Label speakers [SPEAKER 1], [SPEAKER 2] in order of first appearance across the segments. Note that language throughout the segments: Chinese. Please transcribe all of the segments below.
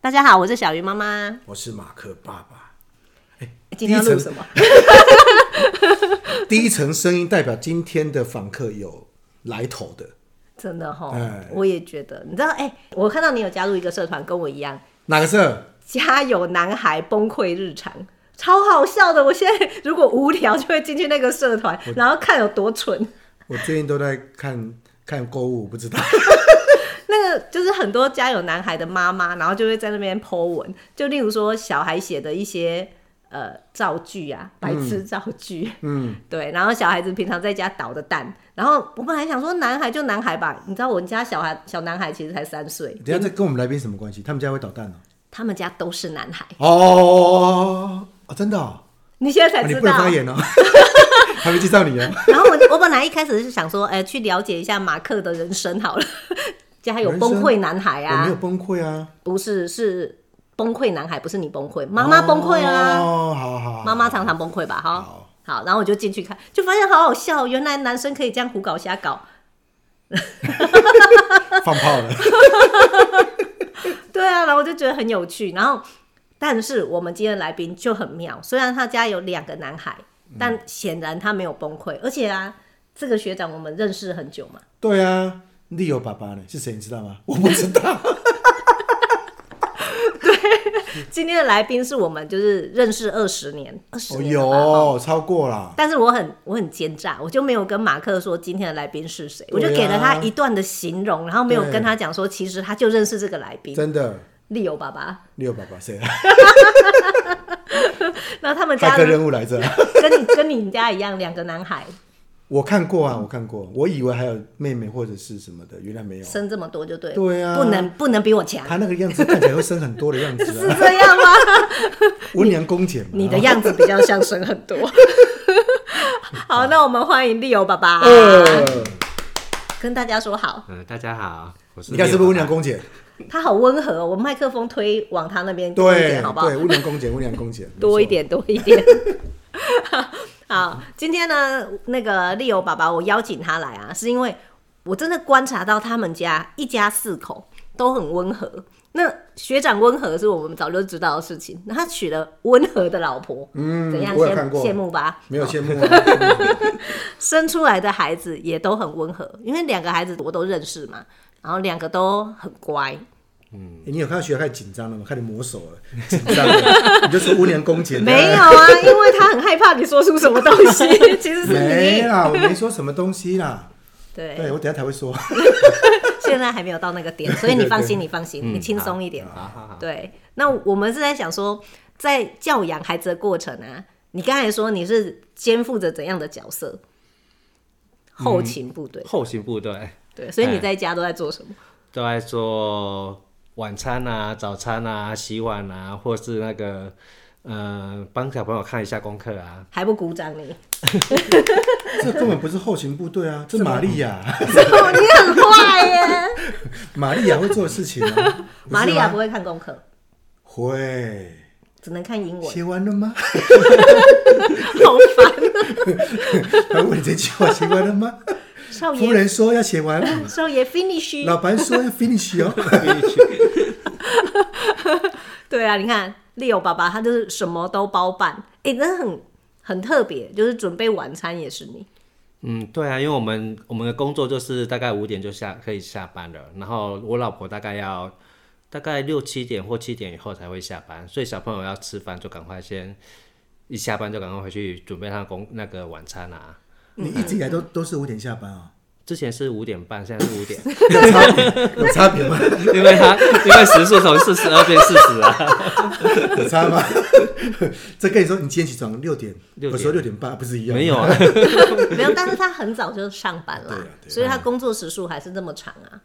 [SPEAKER 1] 大家好，我是小鱼妈妈。
[SPEAKER 2] 我是马克爸爸。
[SPEAKER 1] 今天要录什么？
[SPEAKER 2] 第一层声音代表今天的访客有来头的，
[SPEAKER 1] 真的哈
[SPEAKER 2] 哎，
[SPEAKER 1] 我也觉得，你知道，哎、我看到你有加入一个社团，跟我一样，
[SPEAKER 2] 哪个社？
[SPEAKER 1] 家有男孩崩溃日常，超好笑的。我现在如果无聊，就会进去那个社团，然后看有多蠢。
[SPEAKER 2] 我最近都在看 看购物，我不知道。
[SPEAKER 1] 那个就是很多家有男孩的妈妈，然后就会在那边 Po 文，就例如说小孩写的一些呃造句啊，白痴造句，嗯，对，然后小孩子平常在家捣的蛋，然后我本来想说男孩就男孩吧，你知道我们家小孩小男孩其实才三岁，
[SPEAKER 2] 等一下这跟我们来宾什么关系？他们家会捣蛋哦。
[SPEAKER 1] 他们家都是男孩，
[SPEAKER 2] 哦，哦真的、哦
[SPEAKER 1] 你现在
[SPEAKER 2] 啊
[SPEAKER 1] 才
[SPEAKER 2] 你
[SPEAKER 1] 知
[SPEAKER 2] 不
[SPEAKER 1] 道。
[SPEAKER 2] 能 发言哦， 还没介绍你啊。
[SPEAKER 1] 然后我我本来一开始是想说，哎、去了解一下马克的人生好了， 家有
[SPEAKER 2] 人生
[SPEAKER 1] 崩溃男孩
[SPEAKER 2] 我没有
[SPEAKER 1] 啊，
[SPEAKER 2] 崩溃啊，
[SPEAKER 1] 不是是崩溃男孩，不是你崩溃，妈妈崩溃了啊、
[SPEAKER 2] 哦，好好，好
[SPEAKER 1] 妈妈常常崩溃吧，哈。
[SPEAKER 2] 好
[SPEAKER 1] 好，然后我就进去看，就发现好好笑，哦原来男生可以这样胡搞瞎搞。
[SPEAKER 2] 放 炮了。
[SPEAKER 1] 对啊，然后我就觉得很有趣。然后，但是我们今天的来宾就很妙，虽然他家有两个男孩，但显然他没有崩溃，而且啊，这个学长我们认识很久嘛，
[SPEAKER 2] 对啊，利友爸爸呢？是谁？你知道 吗？我不知道。嗯
[SPEAKER 1] 今天的来宾是我们就是认识二十年，二十
[SPEAKER 2] 哦，
[SPEAKER 1] 年了吧哦
[SPEAKER 2] 有超过啦。
[SPEAKER 1] 但是我很我很奸诈，我就没有跟马克说今天的来宾是谁，我就
[SPEAKER 2] 对啊
[SPEAKER 1] 给了他一段的形容，然后没有
[SPEAKER 2] 对
[SPEAKER 1] 跟他讲说其实他就认识这个来宾，
[SPEAKER 2] 真的，
[SPEAKER 1] 利友爸爸。
[SPEAKER 2] 利友爸爸谁啊？
[SPEAKER 1] 那他们
[SPEAKER 2] 派
[SPEAKER 1] 家
[SPEAKER 2] 克任务来着。
[SPEAKER 1] 跟你跟你家一样，两个男孩
[SPEAKER 2] 我看过啊，我看过，我以为还有妹妹或者是什么的，原来没有。
[SPEAKER 1] 生这么多就对了，
[SPEAKER 2] 对啊
[SPEAKER 1] 不能不能比我强，
[SPEAKER 2] 她那个样子看起来会生很多的样子
[SPEAKER 1] 是
[SPEAKER 2] 啊，
[SPEAKER 1] 这样吗？
[SPEAKER 2] 温良恭俭嘛。 啊
[SPEAKER 1] 你的样子比较像生很 多。好，那我们欢迎利友爸爸，
[SPEAKER 2] 呃，
[SPEAKER 1] 跟大家说好，
[SPEAKER 3] 嗯，大家好，我 是
[SPEAKER 2] 你看是不是温
[SPEAKER 3] 六
[SPEAKER 2] 良
[SPEAKER 3] 爸爸？
[SPEAKER 2] 恭俭？
[SPEAKER 1] 他好温和哦，我麦克风推往他那边多一
[SPEAKER 2] 对，
[SPEAKER 1] 点，好不好
[SPEAKER 2] 对，？温良恭俭，温良恭俭，
[SPEAKER 1] 多一
[SPEAKER 2] 没错。
[SPEAKER 1] 点，多一点。 好，今天呢，那个利友爸爸，我邀请他来啊，是因为我真的观察到他们家一家四口都很温和。那学长温和是我们早就知道的事情，那他娶了温和的老婆，
[SPEAKER 2] 嗯
[SPEAKER 1] 怎样
[SPEAKER 2] 我有
[SPEAKER 1] 羡
[SPEAKER 2] 看过
[SPEAKER 1] 羡慕吧？
[SPEAKER 2] 没有羡慕 啊，
[SPEAKER 1] 生出来的孩子也都很温和，因为两个孩子我都认识嘛，然后两个都很乖，
[SPEAKER 2] 欸你有看到学长开始紧张了吗？开始磨手了， 紧张了， 你就说温良恭俭。
[SPEAKER 1] 没有啊，因为他很害怕你说出什么东西，其实是
[SPEAKER 2] 没
[SPEAKER 1] 你，
[SPEAKER 2] 啦，我没说什么东西啦。
[SPEAKER 1] 对，
[SPEAKER 2] 对我等一下才会说。
[SPEAKER 1] 现在还没有到那个点，所以你放心，你放心，你轻松一点。
[SPEAKER 3] 好好好，
[SPEAKER 1] 对，那我们是在想说，在教养孩子的过程啊，你刚才说你是肩负着怎样的角色？后勤部队，
[SPEAKER 3] 后勤部队
[SPEAKER 1] 对，所以你在家都在做什么？
[SPEAKER 3] 都在做晚餐啊、早餐啊、洗碗啊，或是那个呃，帮小朋友看一下功课啊。
[SPEAKER 1] 还不鼓掌你？
[SPEAKER 2] 这根本不是后勤部队啊，这玛利亚，
[SPEAKER 1] 你很坏耶！
[SPEAKER 2] 玛利亚会做的事情啊。不是吗
[SPEAKER 1] 玛利亚不会看功课，
[SPEAKER 2] 会
[SPEAKER 1] 只能看英文，
[SPEAKER 2] 写完了吗？
[SPEAKER 1] 好烦。
[SPEAKER 2] 他问你这句话写完了 吗？
[SPEAKER 1] 少
[SPEAKER 2] 夫
[SPEAKER 1] 爷，
[SPEAKER 2] 人说要写完，
[SPEAKER 1] 少爷 finish。
[SPEAKER 2] 老白说要 finish 哦。
[SPEAKER 1] 对啊，你看利友爸爸他就是什么都包办，哎、真的很很特别，就是准备晚餐也是 你，
[SPEAKER 3] 嗯，对啊，因为我们我们的工作就是大概五点就下可以下班了，然后我老婆大概要大概六七点或七点以后才会下班，所以小朋友要吃饭就赶快先一下班就赶快回去准备他的工那个晚餐啊。
[SPEAKER 2] 你一直以来都都是五点下班 啊、
[SPEAKER 3] 之前是五点半，现在是五点。
[SPEAKER 2] 有差别有差别吗？
[SPEAKER 3] 因为他因为时速从四十二变四十啊，
[SPEAKER 2] 有差吗？ 这跟你说，你今天起床六点，
[SPEAKER 3] 6点
[SPEAKER 2] 我说六点半不是一样？
[SPEAKER 3] 没有，啊，
[SPEAKER 1] 没有，但是他很早就上班啦，
[SPEAKER 2] 对啊嗯对啊
[SPEAKER 1] 所以他工作时数还是这么长啊，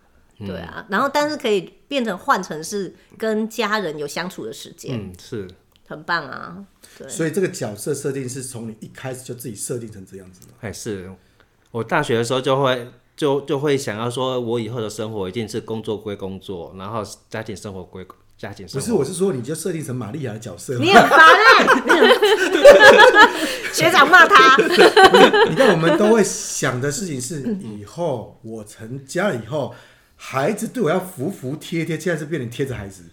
[SPEAKER 1] 对啊，然后但是可以变成换成是跟家人有相处的时间，
[SPEAKER 3] 嗯，是
[SPEAKER 1] 很棒啊，对，
[SPEAKER 2] 所以这个角色设定是从你一开始就自己设定成这样子吗？
[SPEAKER 3] 还哎是我大学的时候就会就就会想要说，我以后的生活一定是工作归工作，然后家庭生活归家庭
[SPEAKER 2] 不
[SPEAKER 3] 生活。
[SPEAKER 2] 是，我是说你就设定成玛利亚的角色吗。
[SPEAKER 1] 你很烦啊，你很 学长骂他，
[SPEAKER 2] 你看，我们都会想的事情是，以后我成家了以后，孩子对我要服服帖帖，现在是变成贴着孩子。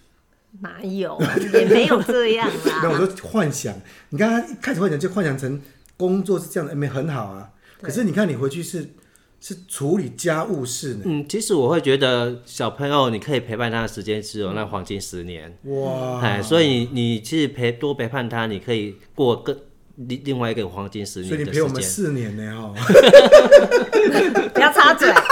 [SPEAKER 1] 哪有，啊也没有这样
[SPEAKER 2] 那
[SPEAKER 1] 啦。
[SPEAKER 2] 我就幻想，你看他一开始幻想就幻想成工作是这样的，没很好啊。可是你看你回去是是处理家务事呢，
[SPEAKER 3] 嗯，其实我会觉得小朋友，你可以陪伴他的时间
[SPEAKER 2] 嗯
[SPEAKER 3] 只有那黄金十年，
[SPEAKER 2] 哇！
[SPEAKER 3] 哎，所以你你其实陪多陪伴他，你可以过更另另外一个黄金十
[SPEAKER 2] 所以
[SPEAKER 3] 年
[SPEAKER 2] 你
[SPEAKER 3] 的
[SPEAKER 2] 陪我
[SPEAKER 3] 时
[SPEAKER 2] 们
[SPEAKER 3] 间。
[SPEAKER 2] 四年呢，哦哈。
[SPEAKER 1] 不要插嘴。啊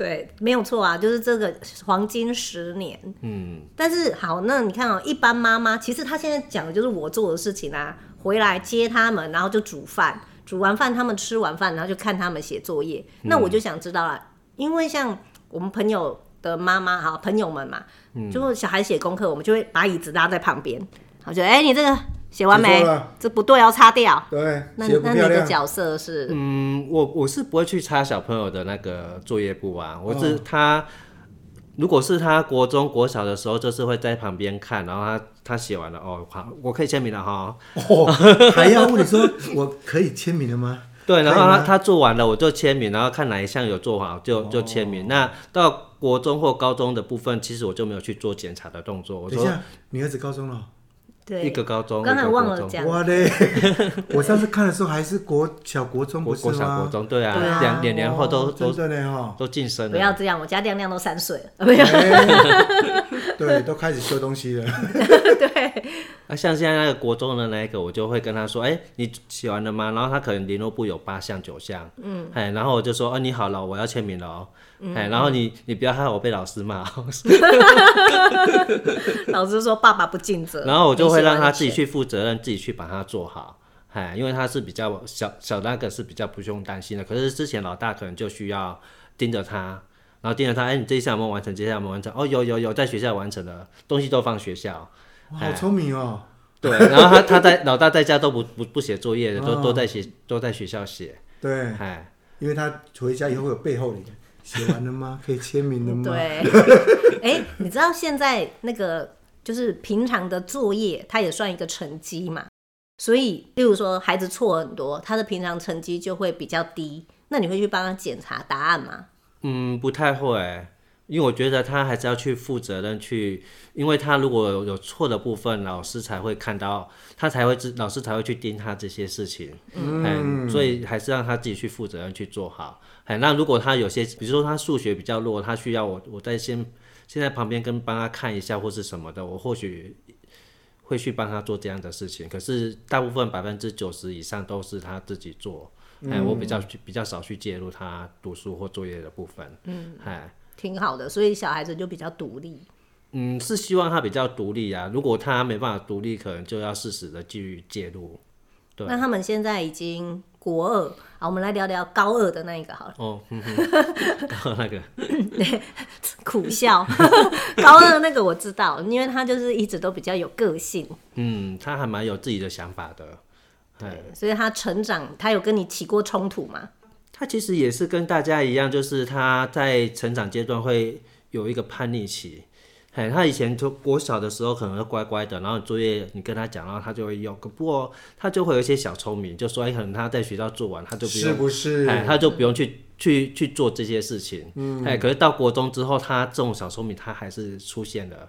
[SPEAKER 1] 对，没有错啊，就是这个黄金十年。嗯，但是好，那你看哦，一般妈妈其实她现在讲的就是我做的事情啊，回来接他们，然后就煮饭，煮完饭他们吃完饭，然后就看他们写作业。
[SPEAKER 2] 嗯
[SPEAKER 1] 那我就想知道了，因为像我们朋友的妈妈哈，朋友们嘛，
[SPEAKER 2] 嗯
[SPEAKER 1] 就小孩写功课，我们就会把椅子拉在旁边，我觉得哎、你这个写完
[SPEAKER 2] 写
[SPEAKER 1] 没
[SPEAKER 2] 错了？
[SPEAKER 1] 这不对哦，擦掉。
[SPEAKER 2] 对，
[SPEAKER 1] 那
[SPEAKER 2] 写得不
[SPEAKER 1] 那你
[SPEAKER 2] 漂
[SPEAKER 1] 的
[SPEAKER 2] 亮。
[SPEAKER 1] 角色是？
[SPEAKER 3] 嗯，我我是不会去擦小朋友的那个作业簿
[SPEAKER 2] 哦
[SPEAKER 3] 啊，我是他。如果是他国中、国小的时候，就是会在旁边看，然后他他写完了哦，好，我可以签名了哈。
[SPEAKER 2] 哦，还要问你说 我可以签名了吗？
[SPEAKER 3] 对，然后
[SPEAKER 2] 可以吗
[SPEAKER 3] 他他做完了，我就签名，然后看哪一项有做好就
[SPEAKER 2] 哦
[SPEAKER 3] 就签名。那到国中或高中的部分，其实我就没有去做检查的动作。我
[SPEAKER 2] 等一
[SPEAKER 3] 说
[SPEAKER 2] 下，你儿子高中了？
[SPEAKER 1] 对，
[SPEAKER 3] 一个高中，
[SPEAKER 1] 刚
[SPEAKER 3] 一
[SPEAKER 1] 才
[SPEAKER 3] 个
[SPEAKER 1] 忘
[SPEAKER 3] 国
[SPEAKER 1] 了
[SPEAKER 3] 中
[SPEAKER 1] 讲，
[SPEAKER 2] 哇嘞！ 我上次看的时候还是国小国中，不
[SPEAKER 3] 国
[SPEAKER 2] 是
[SPEAKER 3] 国小、国
[SPEAKER 2] 吗？
[SPEAKER 3] 中，对啊，
[SPEAKER 1] 对啊
[SPEAKER 3] 两两年后都
[SPEAKER 2] 哦
[SPEAKER 3] 都
[SPEAKER 2] 真的 呢哈。
[SPEAKER 3] 都晋升
[SPEAKER 1] 不
[SPEAKER 3] 了。
[SPEAKER 1] 要这样，我家亮亮都三岁了。
[SPEAKER 2] 哎对，都开始修东西了。
[SPEAKER 3] 啊，像现在那个国中的那一个，我就会跟他说：“哎、你写完了吗？”然后他可能联络簿有八项九项，嗯，哎，然后我就说：“哦、你好了，我要签名了哦。
[SPEAKER 1] 嗯
[SPEAKER 3] 哎，然后你你不要害我被老师骂哦，
[SPEAKER 1] 老师说爸爸不尽责，
[SPEAKER 3] 然后我就会让他自己
[SPEAKER 1] 你喜欢
[SPEAKER 3] 去负责任，自己去把它做好。哎，因为他是比较小小那个是比较不用担心的，可是之前老大可能就需要盯着他，然后盯着他，哎，你这一项有没有完成？这一项有没有完成？哦，有有有，在学校完成的东西都放学校。
[SPEAKER 2] 哇，
[SPEAKER 3] 哎
[SPEAKER 2] 好聪明哦！
[SPEAKER 3] 对，然后他他在老大在家都不不不写作业的，都都在写都在学校写。
[SPEAKER 2] 对，
[SPEAKER 3] 哎，
[SPEAKER 2] 因为他回家以后会有背后里写完 了吗？可以签名了
[SPEAKER 1] 哪
[SPEAKER 2] 吗？
[SPEAKER 1] 里 对，哎、你知道现在那个就是平常的作业，它也算一个成绩嘛。所以，例如说孩子错很多，他的平常成绩就会比较低。那你会去帮他检查答案吗？
[SPEAKER 3] 嗯，不太会，因为我觉得他还是要去负责任去，因为他如果有有错的部分，老师才会看到，他才会知，老师才会去盯他这些事情。嗯，所以还是让他自己去负责任去做好。哎，那如果他有些，比如说他数学比较弱，他需要我我在先先在旁边跟帮他看一下或是什么的，我或许。会去帮他做这样的事情，可是大部分百分之九十以上都是他自己做，哎，我比较去比较少去介入他读书或作业的部分，嗯，哎，
[SPEAKER 1] 挺好的，所以小孩子就比较独立。
[SPEAKER 3] 嗯，是希望他比较独立啊。如果他没办法独立，可能就要适时的去介入。对
[SPEAKER 1] 那他们现在已经国二，好，我们来聊聊高二的那一个好了。
[SPEAKER 3] 哦， 嗯哼然后那个，
[SPEAKER 1] 苦笑。 高二那个我知道，因为他就是一直都比较有个性，
[SPEAKER 3] 嗯，他还蛮有自己的想法的。哎，
[SPEAKER 1] 所以他成长，他有跟你起过冲突吗？
[SPEAKER 3] 他其实也是跟大家一样，就是他在成长阶段会有一个叛逆期。哎，他以前就国小的时候可能会乖乖的，然后作业你跟他讲，然后他就会用。不过他就会有一些小聪明，就说哎，可能他在学校做完，他就不
[SPEAKER 2] 是
[SPEAKER 3] 用
[SPEAKER 2] 不是？
[SPEAKER 3] 哎，他就不用去去去做这些事情。嗯，哎，可是到国中之后，他这种小聪明他还是出现了。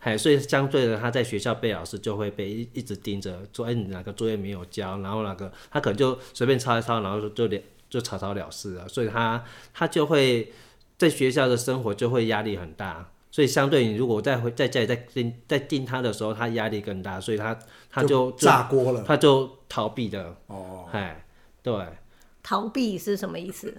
[SPEAKER 3] 哎，所以相对的，他在学校被老师就会被一一直盯着，说，哎，你哪个作业没有交，然后哪个他可能就随便抄一抄，然后就就了就草草了事了。所以他他就会在学校的生活就会压力很大。所以相对你如果再回在家里再盯再盯他的时候，他压力更大，所以他他就就
[SPEAKER 2] 炸锅了。
[SPEAKER 3] 他就逃避的。
[SPEAKER 2] 哦，
[SPEAKER 3] 哎，对。
[SPEAKER 1] 逃避是什么意 思？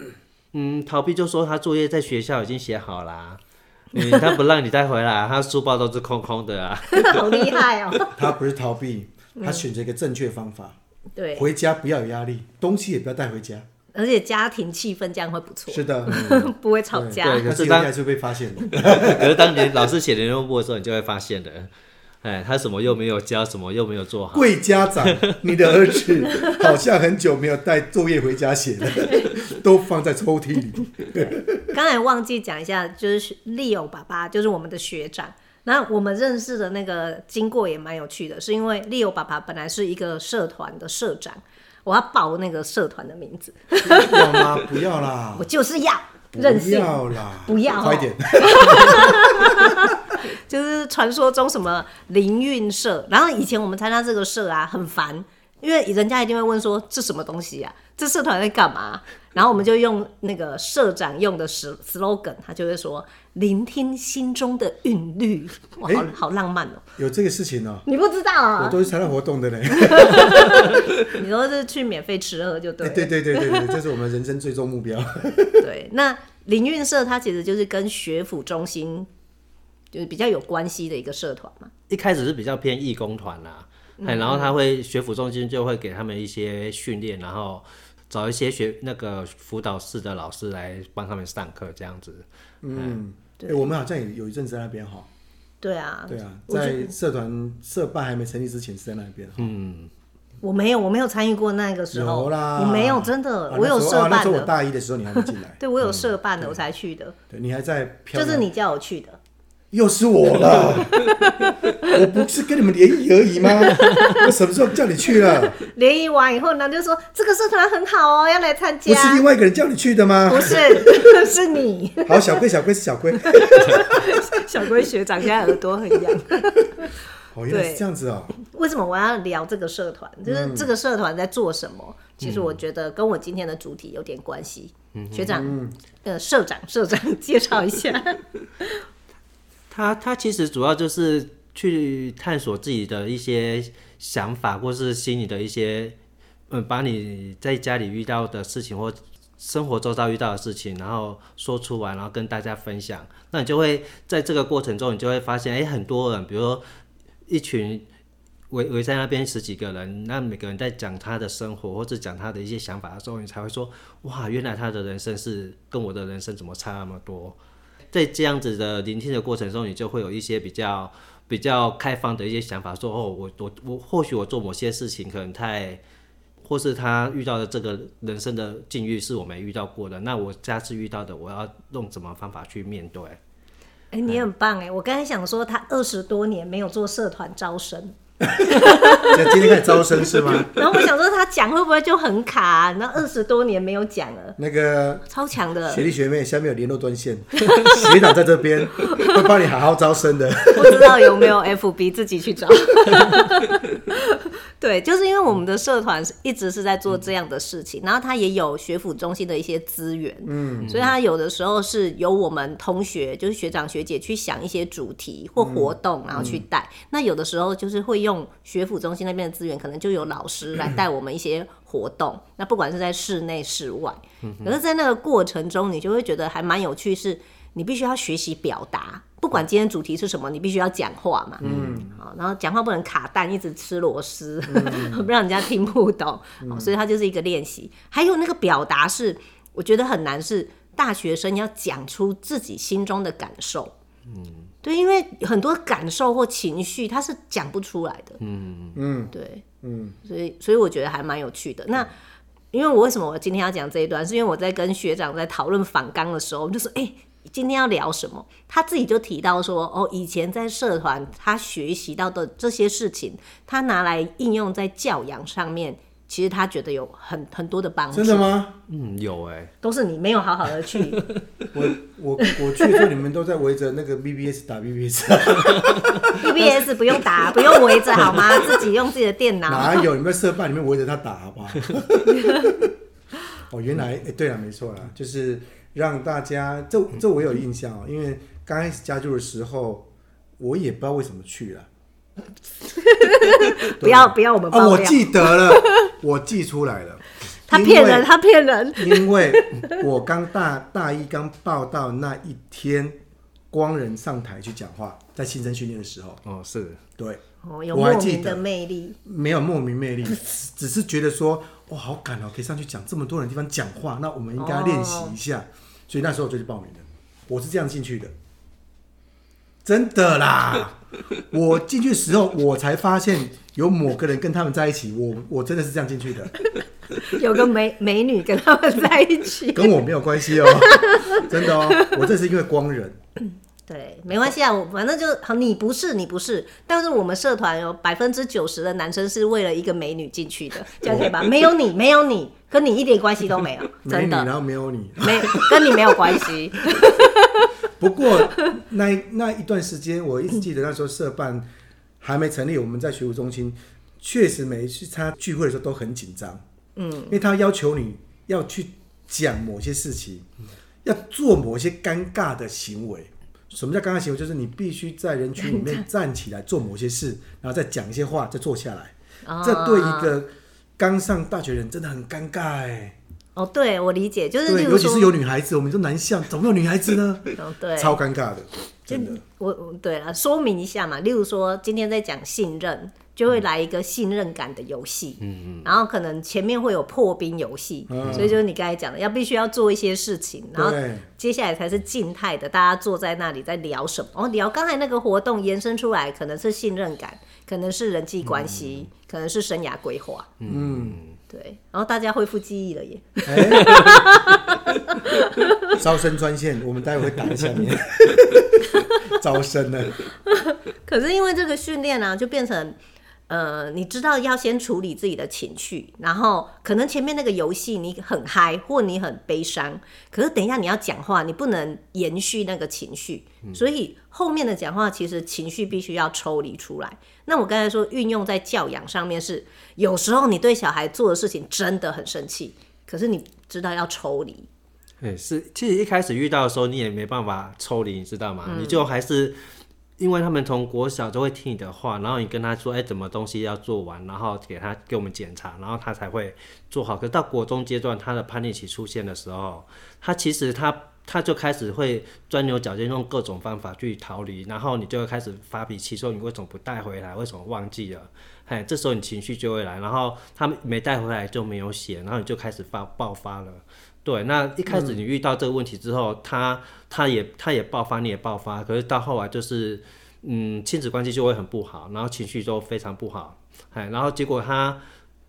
[SPEAKER 3] 嗯，逃避就说他作业在学校已经写好啦， 嗯，他不让你带回来，他书包都是空空的啊。
[SPEAKER 1] 好厉害哦！
[SPEAKER 2] 他不是逃 避，他选择一个正确方法，
[SPEAKER 1] 嗯对，
[SPEAKER 2] 回家不要有压力，东西也不要带回家。
[SPEAKER 1] 而且家庭气氛这样会不错，
[SPEAKER 2] 是的，
[SPEAKER 1] 不会吵架。
[SPEAKER 3] 对
[SPEAKER 2] 但
[SPEAKER 3] 可
[SPEAKER 2] 是
[SPEAKER 3] 是
[SPEAKER 2] 有
[SPEAKER 3] 当
[SPEAKER 2] 还是被发现的。
[SPEAKER 3] 可是当你老师写联络簿的时候，你就会发现的，哎，他什么又没有教，什么又没有做好。
[SPEAKER 2] 贵家长，你的 儿子好像很久没有带作业回家写了，都放在抽屉里。
[SPEAKER 1] 刚才忘记讲一下，就是 Leo 爸爸，就是我们的学长。那我们认识的那个经过也蛮有趣的，是因为 Leo 爸爸本来是一个社团的社长，我要报那个社团的名字，
[SPEAKER 2] 要吗？不要啦
[SPEAKER 1] 我！就是要。任性
[SPEAKER 2] 哦不要啦，
[SPEAKER 1] 不要
[SPEAKER 2] 快点，
[SPEAKER 1] 就是传说中什么灵运社，然后以前我们参加这个社啊，很烦，因为人家一定会问说这什么东西啊，这社团在干嘛？ 然后我们就用那个社长用的 s- slogan，他就会说聆听心中的韵律，哇，好
[SPEAKER 2] 诶
[SPEAKER 1] 好浪漫哦、
[SPEAKER 2] 有这个事情哦、
[SPEAKER 1] 你不知道
[SPEAKER 2] 我
[SPEAKER 1] 啊？
[SPEAKER 2] 都是参加活动的嘞。
[SPEAKER 1] 你都是去免费吃喝就对
[SPEAKER 2] 哎
[SPEAKER 1] 了。
[SPEAKER 2] 对对对对对，这是我们人生最终目 标。
[SPEAKER 1] 对，那灵运社它其实就是跟学府中心就是比较有关系的一个社团嘛。
[SPEAKER 3] 一开始是比较偏义工团啦、哎、然后他会学府中心就会给他们一些训练，然后找一些学那个辅导室的老师来帮他们上课这样子。
[SPEAKER 2] 嗯，
[SPEAKER 1] 对
[SPEAKER 2] 哎我们好像也有一阵子在那边哈。
[SPEAKER 1] 对啊，
[SPEAKER 2] 对啊，
[SPEAKER 1] 我觉
[SPEAKER 2] 在社团社办还没成立之前是在那边哈。
[SPEAKER 3] 嗯，
[SPEAKER 1] 我没有，我没有参与过那个时候，
[SPEAKER 2] 有啦，
[SPEAKER 1] 我没有真的，
[SPEAKER 2] 啊
[SPEAKER 1] 我有
[SPEAKER 2] 那时候
[SPEAKER 1] 社
[SPEAKER 2] 啊那
[SPEAKER 1] 办
[SPEAKER 2] 时候
[SPEAKER 1] 的，
[SPEAKER 2] 我嗯大一的时候你还没进 来，
[SPEAKER 1] 对我有社办的，我才去的，
[SPEAKER 2] 对你还在飘
[SPEAKER 1] 就
[SPEAKER 2] 呢。
[SPEAKER 1] 是你叫我去的，
[SPEAKER 2] 又是我了，我不是跟你们联谊而已吗？我什么时候叫你去 了？
[SPEAKER 1] 联谊完以后呢，就说这个社团很好哦，要来参
[SPEAKER 2] 不
[SPEAKER 1] 加，
[SPEAKER 2] 是另外一个人叫你去的吗
[SPEAKER 1] 不？是 是你，
[SPEAKER 2] 好，小龟，小龟是小龟。
[SPEAKER 1] 小龟学长现在耳朵很痒。
[SPEAKER 2] 哦，原来
[SPEAKER 1] 对
[SPEAKER 2] 是这样子 哦。
[SPEAKER 1] 为什么我要聊这个社团？就是
[SPEAKER 2] 嗯
[SPEAKER 1] 这个社团在做什么？其实我觉得跟我今天的主题有点关系。
[SPEAKER 2] 嗯
[SPEAKER 1] 学长，呃，社长，社长介绍一下。
[SPEAKER 3] 他他其实主要就是去探索自己的一些想法，或是心里的一些，嗯，把你在家里遇到的事情或生活周遭遇到的事情，然后说出来，然后跟大家分享。那你就会在这个过程中，你就会发现，哎、很多人，比如说一群。围围在那边十几个人，那每个人在讲他的生活或者讲他的一些想法的时候，你才会说哇，原来他的人生是跟我的人生怎么差那么多？在这样子的聆听的过程中，你就会有一些比较比较开放的一些想法，说哦，我我我或许我做某些事情可能太，或是他遇到的这个人生的境遇是我没遇到过的，那我下次遇到的，我要用什么方法去面对？
[SPEAKER 1] 哎、你很棒哎！我刚才想说，他二十多年没有做社团招生，
[SPEAKER 2] 就今天开始招生是吗？
[SPEAKER 1] 然后我想说他讲会不会就很卡、啊？那二十多年没有讲了，
[SPEAKER 2] 那个
[SPEAKER 1] 超强的
[SPEAKER 2] 学，弟学妹下面有联络专线， 学长在这边会帮你好好招生的。
[SPEAKER 1] 不知道有没有 FB 自己去找。 对，就是因为我们的社团是一直是在做这样的事情，然后他也有学府中心的一些资源，嗯，所以他有的时候是由我们同学，就是学长学姐去想一些主题或活动，然后去带。那有的时候就是会用学府中心那边的资源，可能就有老师来带我们一些活动。那不管是在室内、室外，可是，在那个过程中，你就会觉得还蛮有趣，是你必须要学习表达。不管今天主题是什么，你必须要讲话嘛，嗯，好，然后讲话不能卡蛋，一直吃螺丝， 不让人家听不懂，好所以它就是一个练习。还有那个表达是，我觉得很难，是大学生要讲出自己心中的感受，嗯，对，因为很多感受或情绪，它是讲不出来的，
[SPEAKER 2] 嗯
[SPEAKER 1] 对，
[SPEAKER 2] 嗯，
[SPEAKER 1] 所以所以我觉得还蛮有趣的。那因为我为什么我今天要讲这一段，是因为我在跟学长在讨论反纲的时候，我们就说，哎、今天要聊什么？他自己就提到说，哦，以前在社团他学习到的这些事情，他拿来应用在教养上面，其实他觉得有很很多的帮助
[SPEAKER 2] 真。的吗？
[SPEAKER 3] 嗯，有哎、
[SPEAKER 1] 都是你没有好好 的去，
[SPEAKER 2] 我我我去的时候，你们都在围着那个 BBS 打 BBS，
[SPEAKER 1] BBS 不用打， 不用围着好吗？自己用自己的电脑。
[SPEAKER 2] 哪有？你们社办里面围着他打好不 好？哦，原来哎、对了，没错啦，就是让大家这这我有印象哦，因为刚开始加入的时候，我也不知道为什么去了。
[SPEAKER 1] 不要不要我们
[SPEAKER 2] 啊，
[SPEAKER 1] 爆
[SPEAKER 2] 我
[SPEAKER 1] 料，
[SPEAKER 2] 记得了，我记出来了。
[SPEAKER 1] 他骗人，他骗人。
[SPEAKER 2] 因为，因为我刚大大一刚报到那一天，光人上台去讲话，在新生训练的时候，
[SPEAKER 3] 哦，是
[SPEAKER 2] 对，
[SPEAKER 1] 哦，有
[SPEAKER 2] 我还
[SPEAKER 1] 莫
[SPEAKER 2] 记
[SPEAKER 1] 名的
[SPEAKER 2] 得
[SPEAKER 1] 魅力。
[SPEAKER 2] 没有莫名魅力，只只是觉得说，哇，好赶哦，可以上去讲这么多人的地方讲话，那我们应该练习一下。所以那时候我就去报名了，我是这样进去的，真的啦。我进去的时候，我才发现有某个人跟他们在一起，我我真的是这样进去的，
[SPEAKER 1] 有个 美美女跟他们在一起。
[SPEAKER 2] 跟我没有关系哦，真的哦，我这是因为光人，
[SPEAKER 1] 对，没关系啊，我反正就好，你不是你不是，但是我们社团有百分之九十的男生是为了一个美女进去的，这样可以
[SPEAKER 2] 哦
[SPEAKER 1] 吧？没有你，没有你，跟你一点关系都没有，
[SPEAKER 2] 没
[SPEAKER 1] 真
[SPEAKER 2] 你，
[SPEAKER 1] 的
[SPEAKER 2] 然后没有你。
[SPEAKER 1] 没跟你没有关系。
[SPEAKER 2] 不过那一 那一段时间，我一直记得那时候社办还没成立，我们在学务中心，确实每一次他聚会的时候都很紧张，嗯，因为他要求你要去讲某些事情，要做某些尴尬的行为。什么叫尴尬行为？就是你必须在人群里面站起来做某些事，然后再讲一些话，再坐下来。
[SPEAKER 1] 啊
[SPEAKER 2] 这
[SPEAKER 1] 哦
[SPEAKER 2] 对一个刚上大学的人真的很尴尬哎、
[SPEAKER 1] 哦，对我理解，就是例
[SPEAKER 2] 对，
[SPEAKER 1] 如
[SPEAKER 2] 尤其是
[SPEAKER 1] 说，
[SPEAKER 2] 有女孩子，我们说男校怎么有女孩子呢？
[SPEAKER 1] 哦对，
[SPEAKER 2] 超尴尬的，真的。
[SPEAKER 1] 我我对了，说明一下嘛，例如说今天在讲信任，就会来一个信任感的游戏，嗯嗯，然后可能前面会有破冰游戏，
[SPEAKER 2] 嗯
[SPEAKER 1] 所以就是你刚才讲的，要必须要做一些事情，然后
[SPEAKER 2] 对
[SPEAKER 1] 接下来才是静态的，大家坐在那里在聊什么？哦，聊刚才那个活动延伸出来，可能是信任感，可能是人际关系，可能是生涯规划，
[SPEAKER 2] 嗯，
[SPEAKER 1] 对，然后大家恢复记忆了耶，
[SPEAKER 2] 哎，招生专线，我们待会会打一下你。 招生啊呢？
[SPEAKER 1] 可是因为这个训练啊，就变成呃，你知道要先处理自己的情绪，然后可能前面那个游戏你很嗨或你很悲伤，可是等一下你要讲话，你不能延续那个情绪，
[SPEAKER 3] 嗯
[SPEAKER 1] 所以后面的讲话其实情绪必须要抽离出来。那我刚才说运用在教养上面是，有时候你对小孩做的事情真的很生气，可是你知道要抽 离，
[SPEAKER 3] 对，是，其实一开始遇到的时候，你也没办法抽离，你知道吗？你就还是，因为他们从国小就会听你的话，然后你跟他说，哎、怎么东西要做完，然后给他给我们检查，然后他才会做好。可是到国中阶段，他的叛逆期出现的时候，他其实他他就开始会钻牛角尖，用各种方法去逃离，然后你就会开始发脾气，说你为什么不带回来，为什么忘记了？哎，这时候你情绪就会来，然后他们没带回来就没有写，然后你就开始发爆发了。对，那
[SPEAKER 1] 嗯
[SPEAKER 3] 一开始你遇到这个问题之后，他他也他也爆发，你也爆发，可是到后来就是，嗯，亲子关系就会很不好，然后情绪都非常不好，哎，然后结果他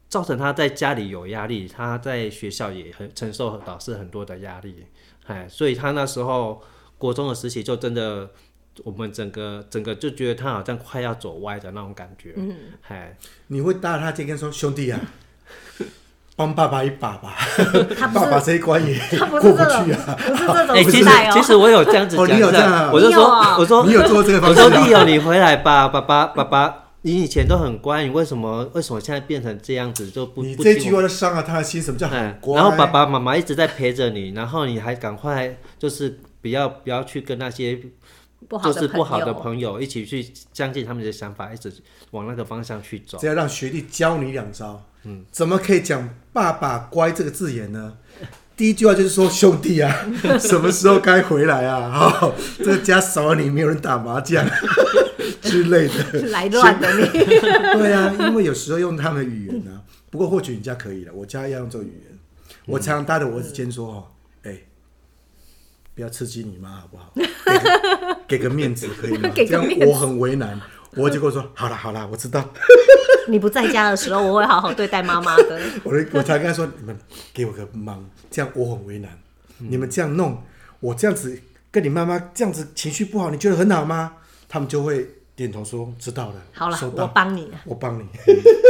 [SPEAKER 3] 造成他在家里有压力，他在学校也很承受导师很多的压力，哎，所以他那时候国中的时期就真的。我们整个整个就觉得他好像快要走歪的那种感觉，嗯，哎，
[SPEAKER 2] 你会搭他肩跟说：“兄弟啊，帮爸爸一把吧，
[SPEAKER 1] 他不
[SPEAKER 2] 爸爸
[SPEAKER 1] 是
[SPEAKER 2] 这一关也
[SPEAKER 1] 他不
[SPEAKER 2] 过
[SPEAKER 1] 是这
[SPEAKER 2] 不
[SPEAKER 1] 种，
[SPEAKER 2] 去啊。
[SPEAKER 1] 不是这种
[SPEAKER 3] 哎，其
[SPEAKER 1] 时
[SPEAKER 3] 实
[SPEAKER 1] 代哦、
[SPEAKER 3] 其实我有这样子
[SPEAKER 2] 哦
[SPEAKER 3] 讲
[SPEAKER 2] 你有这样啊
[SPEAKER 3] 的，我就
[SPEAKER 1] 你有啊
[SPEAKER 3] 说我”说
[SPEAKER 2] 你有做这个 方
[SPEAKER 3] 我
[SPEAKER 2] 式
[SPEAKER 3] 说
[SPEAKER 2] 啊
[SPEAKER 3] 丽友，你回来吧，爸爸，爸爸，你以前都很乖，你为什么为什么现在变成这样子就不
[SPEAKER 2] 你
[SPEAKER 3] 不
[SPEAKER 2] 这
[SPEAKER 3] 听
[SPEAKER 2] 句
[SPEAKER 3] 我
[SPEAKER 2] 话就伤了他的心，什么叫
[SPEAKER 3] 哎
[SPEAKER 2] 很乖？
[SPEAKER 3] 然后爸爸妈妈一直在陪着你，然后你还赶快就是不要不要去跟那些
[SPEAKER 1] 不好
[SPEAKER 3] 就
[SPEAKER 1] 的
[SPEAKER 3] 是不好
[SPEAKER 1] 朋
[SPEAKER 3] 的
[SPEAKER 1] 友
[SPEAKER 3] 朋友一起去相信他们的想法，一直往那个方向去走。
[SPEAKER 2] 这要让学弟教你两招。嗯，怎么可以讲“爸爸乖”这个字眼呢？第一句话就是说：“兄弟啊， 什么时候该回来啊？哈、这个家少了你，没有人打麻将 之类的。
[SPEAKER 1] 来乱的你。”
[SPEAKER 2] 对啊，因为有时候用他们的语言呢、不过或许你家可以了，我家要用这个语言。我常常搭着我儿子肩说：“哦，哎、不要刺激你妈好不好？给个 给个面子可以吗？
[SPEAKER 1] 给
[SPEAKER 2] 这
[SPEAKER 1] 个
[SPEAKER 2] 样
[SPEAKER 1] 面
[SPEAKER 2] 我很为难。”我就跟我说：“好了好了，我知道。”
[SPEAKER 1] 你不在家的时候，我会好好对待妈妈 的。
[SPEAKER 2] 我的我才跟他说，你们给我个忙，这样我很为难。你们这样弄，我这样子跟你妈妈这样子情绪不好，你觉得很好吗？他们就会点头说知道了，
[SPEAKER 1] 好了
[SPEAKER 2] 收，
[SPEAKER 1] 我
[SPEAKER 2] 到，
[SPEAKER 1] 帮你。啊
[SPEAKER 2] 我帮你。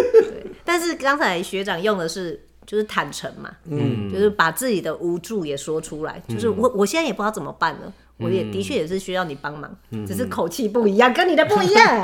[SPEAKER 1] 但是刚才学长用的是就是坦诚嘛，嗯，就是把自己的无助也说出来，
[SPEAKER 2] 嗯
[SPEAKER 1] 就是我我现在也不知道怎么办了。我也的确也是需要你帮忙，
[SPEAKER 2] 嗯
[SPEAKER 1] 只是口气不一样，跟你的不一样。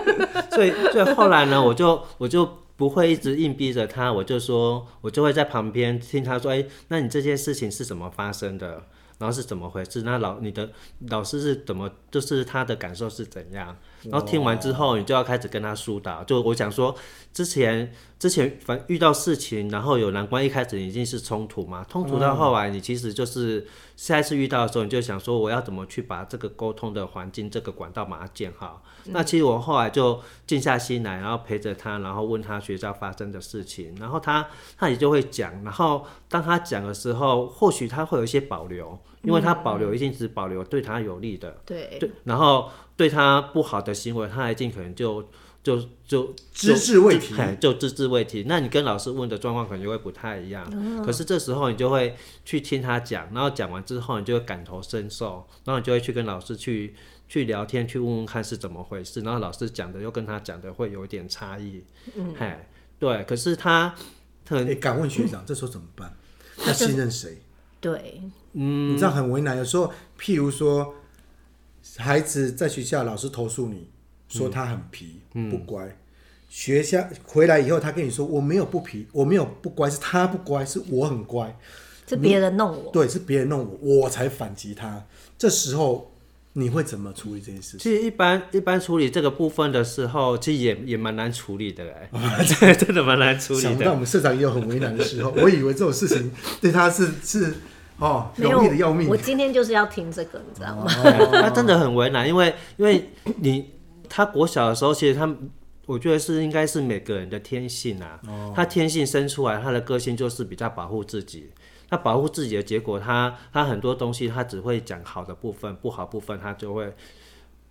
[SPEAKER 3] 所以所以后来呢，我就我就不会一直硬逼着他，我就说，我就会在旁边听他说，哎、那你这件事情是怎么发生的？然后是怎么回事？那老你的老师是怎么？就是他的感受是怎样？然后听完之后，你就要开始跟他疏导。就我想说，之前之前反遇到事情，然后有难关，一开始已经是冲突嘛，冲突到后来，你其实就是下一次遇到的时候，你就想说我要怎么去把这个沟通的环境、这个管道把它建好。那其实我后来就静下心来，然后陪着他，然后问他学校发生的事情，然后他他也就会讲。然后当他讲的时候，或许他会有一些保留，因为他保留一定只保留对他有利的。
[SPEAKER 1] 对，
[SPEAKER 3] 对，然后对他不好的行为，他一定可能就就就
[SPEAKER 2] 只字未提
[SPEAKER 3] 哎就只字未提。那你跟老师问的状况可能就会不太一样。可是这时候你就会去听他讲，然后讲完之后，你就会感同身受，然后你就会去跟老师去去聊天，去问问看是怎么回事，然后老师讲的又跟他讲的会有一点差异，嗯，嘿，对，可是他很
[SPEAKER 2] 哎，敢问学长，这时候怎么办？要信任谁？
[SPEAKER 1] 对，
[SPEAKER 2] 你知道很为难。有时候，譬如说，孩子在学校老师投诉你说他很皮、不乖，学校回来以后他跟你说我没有不皮，我没有不乖，是他不乖，是我很乖。
[SPEAKER 1] 是别人弄我，
[SPEAKER 2] 对，是别人弄我，我才反击他。这时候你会怎么处理这件事？
[SPEAKER 3] 其实一般一般处理这个部分的时候，其实也也蛮难处理的 哎、欸，真的蛮难处
[SPEAKER 2] 想
[SPEAKER 3] 理
[SPEAKER 2] 不到
[SPEAKER 3] 的。
[SPEAKER 2] 我们社长也有很为难 的时候，我以为这种事情对他是 是哦
[SPEAKER 1] 没
[SPEAKER 2] 容易的要
[SPEAKER 1] 有，
[SPEAKER 2] 命哦
[SPEAKER 1] 我。今天就是要听这个，你知道吗？
[SPEAKER 3] 对他真的很为难，因为因为你他国小的时候，其实他我觉得是应该是每个人的天性啊，他天性生出来，他的个性就是比较保护自己。他保护自己的结果，他他很多东西他只会讲好的部分，不好部分他就会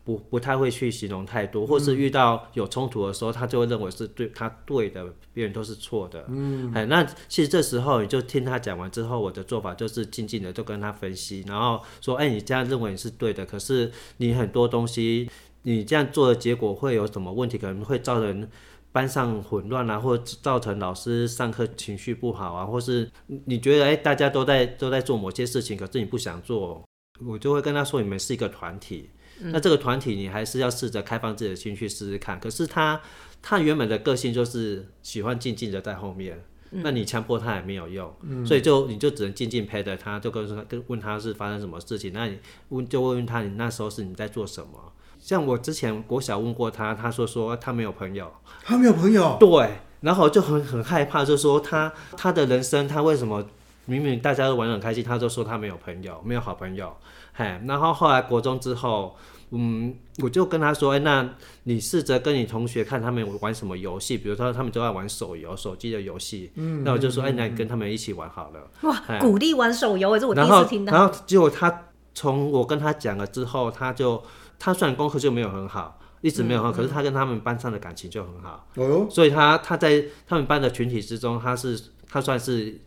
[SPEAKER 3] 不不太会去形容太多，或是遇到有冲突的时候，他就会认为是对他对的，别人都是错的。嗯，哎，那其实这时候你就听他讲完之后，我的做法就是静静的就跟他分析，然后说，哎、你这样认为你是对的，可是你很多东西你这样做的结果会有什么问题？可能会造成。班上混乱啊，或者造成老师上课情绪不好啊，或是你你觉得哎、大家都在都在做某些事情，可是你不想做，我就会跟他说，你们是一个团体，那这个团体你还是要试着开放自己的心去试试看。可是他他原本的个性就是喜欢静静的在后面，那你强迫他也没有用，所以就你就只能静静陪着他，就跟说跟问他是发生什么事情，那你问就问问他你那时候是你在做什么。像我之前国小问过他，他说说他没有朋友，
[SPEAKER 2] 他没有朋友，
[SPEAKER 3] 对，然后我就很很害怕，就说他他的人生他为什么明明大家都玩得很开心，他就说他没有朋友，没有好朋友，嘿，然后后来国中之后，嗯，我就跟他说，哎，那你试着跟你同学看他们玩什么游戏，比如说他们都在玩手游，手机的游戏，嗯，那我就说，哎，那你跟他们一起玩好了。
[SPEAKER 1] 哇，鼓励玩手游，这我第一
[SPEAKER 3] 然后
[SPEAKER 1] 次听
[SPEAKER 2] 啊
[SPEAKER 1] 到。
[SPEAKER 3] 然后结果他从我跟他讲了之后，他就他虽然功课就没有很好，一直没有很好，可是他跟他们班上的感情就很好。
[SPEAKER 2] 哦哟，
[SPEAKER 3] 所以他他在他们班的群体之中，他是他算是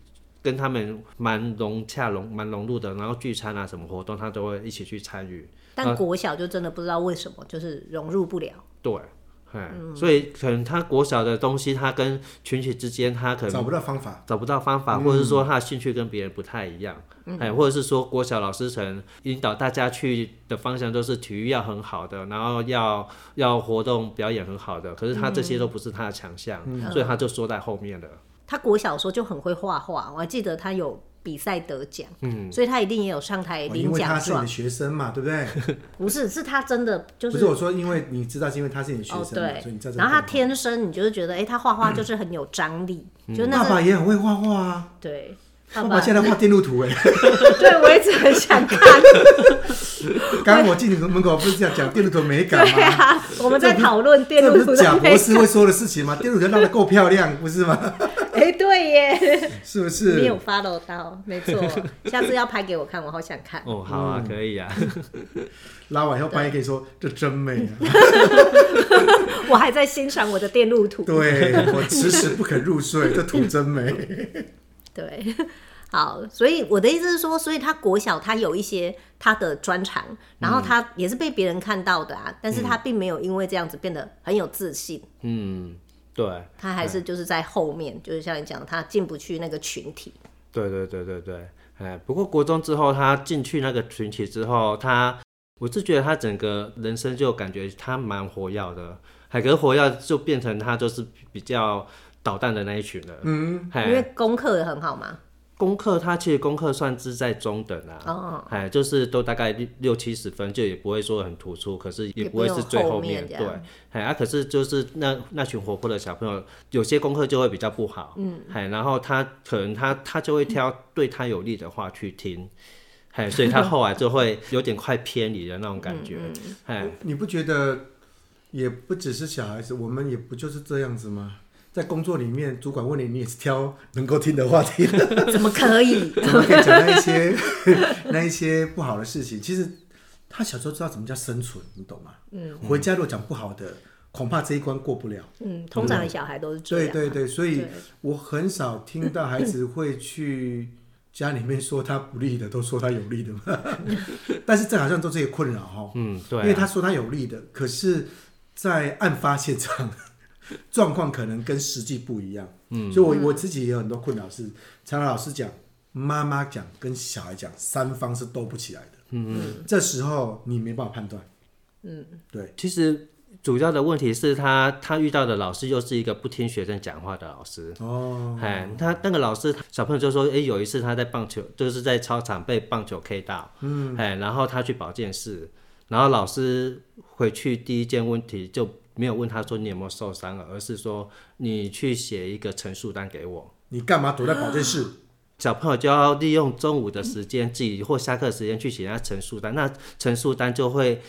[SPEAKER 3] 跟他们蛮融洽融蛮融入的，然后聚餐啊什么活动，他都会一起去参与。
[SPEAKER 1] 但国小就真的不知道为什么，就是融入不了。
[SPEAKER 3] 对，哎、所以可能他国小的东西，他跟群体之间，他可
[SPEAKER 2] 找
[SPEAKER 3] 能
[SPEAKER 2] 不到方法。
[SPEAKER 3] 找不到方法，或者是说他的兴趣跟别人不太一样，哎，或者是说国小老师曾引导大家去的方向都是体育要很好的，然后要要活动表演很好的，可是他这些都不是他的强项，所以他就缩在后面了。
[SPEAKER 1] 他国小的时候就很会画画，我还记得他有比赛得奖，嗯，所以他一定也有上台
[SPEAKER 2] 哦因
[SPEAKER 1] 领
[SPEAKER 2] 为他
[SPEAKER 1] 奖
[SPEAKER 2] 是你
[SPEAKER 1] 状
[SPEAKER 2] 的。学生嘛，对不对？
[SPEAKER 1] 不是，是他真的就
[SPEAKER 2] 不是我说，因为你知道是因为他是你的学
[SPEAKER 1] 哦
[SPEAKER 2] 生嘛，
[SPEAKER 1] 对
[SPEAKER 2] 所以你知道。这个
[SPEAKER 1] 然后他
[SPEAKER 2] 状况
[SPEAKER 1] 天生你就是觉得，哎、他画画就是很有张力，就那
[SPEAKER 2] 爸
[SPEAKER 1] 是
[SPEAKER 2] 爸也很会画画啊，
[SPEAKER 1] 对。
[SPEAKER 2] 爸爸现在画电路图哎。
[SPEAKER 1] 对我一直很想看，
[SPEAKER 2] 刚刚我进你们门口不是这样讲电路图美感
[SPEAKER 1] 对
[SPEAKER 2] 吗？
[SPEAKER 1] 啊，我们在讨论 电
[SPEAKER 2] 这
[SPEAKER 1] 路
[SPEAKER 2] 不
[SPEAKER 1] 图
[SPEAKER 2] 是贾
[SPEAKER 1] 的
[SPEAKER 2] 博
[SPEAKER 1] 美，
[SPEAKER 2] 士会说的事情吗？电路图要让它够漂亮，不是吗？
[SPEAKER 1] 哎、对耶，
[SPEAKER 2] 是不
[SPEAKER 1] 没
[SPEAKER 2] 是
[SPEAKER 1] 有？follow 到，没 错，下次要拍给我看，我好想看。
[SPEAKER 3] 哦，好
[SPEAKER 1] 嗯
[SPEAKER 3] 啊，可以啊。
[SPEAKER 2] 拉完以后，半夜可以说这真美 啊！
[SPEAKER 1] 我还在欣赏我的电路图。
[SPEAKER 2] 对我迟迟不肯入睡，这图真美。
[SPEAKER 1] 对， 好，所以我的意思是说，所以他国小他有一些他的专长，然后他也是被别人看到的啊，但是他并没有因为这样子变得很有自信，
[SPEAKER 3] 嗯，对，
[SPEAKER 1] 他还是就是在后面，就是像你讲，他进不去那个群体。
[SPEAKER 3] 对对对对对，哎，不过国中之后，他进去那个群体之后，他我是觉得他整个人生就感觉他蛮活跃的，海格活跃就变成他就是比较捣蛋的那一群了。嗯，
[SPEAKER 1] 因为功课也很好嘛，
[SPEAKER 3] 功课他其实功课算是在中等啊，
[SPEAKER 1] 哦
[SPEAKER 3] 哎，就是都大概六六七十分，就也不会说很突出，可是
[SPEAKER 1] 也
[SPEAKER 3] 也
[SPEAKER 1] 不
[SPEAKER 3] 不会
[SPEAKER 1] 用
[SPEAKER 3] 是最
[SPEAKER 1] 后
[SPEAKER 3] 后
[SPEAKER 1] 面
[SPEAKER 3] 面
[SPEAKER 1] 这
[SPEAKER 3] 对
[SPEAKER 1] 样，
[SPEAKER 3] 哎啊，可是就是那那群活泼的小朋友，有些功课就会比较不好，嗯，哎，然后他可能他他就会挑对他有利的话去听，哎，所以他后来就会有点快偏离的那种感觉，
[SPEAKER 1] 嗯
[SPEAKER 3] 哎，
[SPEAKER 2] 你不觉得也不只是小孩子，我们也不就是这样子吗？在工作里面，主管问你，你也是挑能够听的话题，
[SPEAKER 1] 怎么可以？
[SPEAKER 2] 怎么可以讲 那一些那一些不好的事情？其实他小时候知道怎么叫生存，你懂吗？嗯，回家如果讲不好的，恐怕这一关过不了。
[SPEAKER 1] 嗯，通常的小孩都是这
[SPEAKER 2] 对
[SPEAKER 1] 样啊、
[SPEAKER 2] 对对，所以
[SPEAKER 1] 对
[SPEAKER 2] 我很少听到孩子会去家里面说他不利的都说他有利的 嘛，但是这好像都是一个困扰哈、
[SPEAKER 3] 嗯，对、啊，
[SPEAKER 2] 因为他说他有利的，可是，在案发现场状况可能跟实际不一样，嗯，所以我我自己也有很多困扰是，常常老师讲，妈妈讲跟小孩讲，三方是斗不起来的，嗯，这时候你没办法判断，嗯，对，
[SPEAKER 3] 其实主要的问题是他他遇到的老师又是一个不听学生讲话的老师，
[SPEAKER 2] 哦，
[SPEAKER 3] 哎，他那个老师小朋友就说，哎、有一次他在棒球，就是在操场被棒球 K 到，嗯，哎，然后他去保健室，然后老师回去第一件问题就没有问他说你有没有受伤了，而是说你去写一个陈述单给我。
[SPEAKER 2] 你干嘛躲在保健 室？
[SPEAKER 3] 小朋友就要利用中午的时间自己或下课时间去写那陈述单，那陈述单就会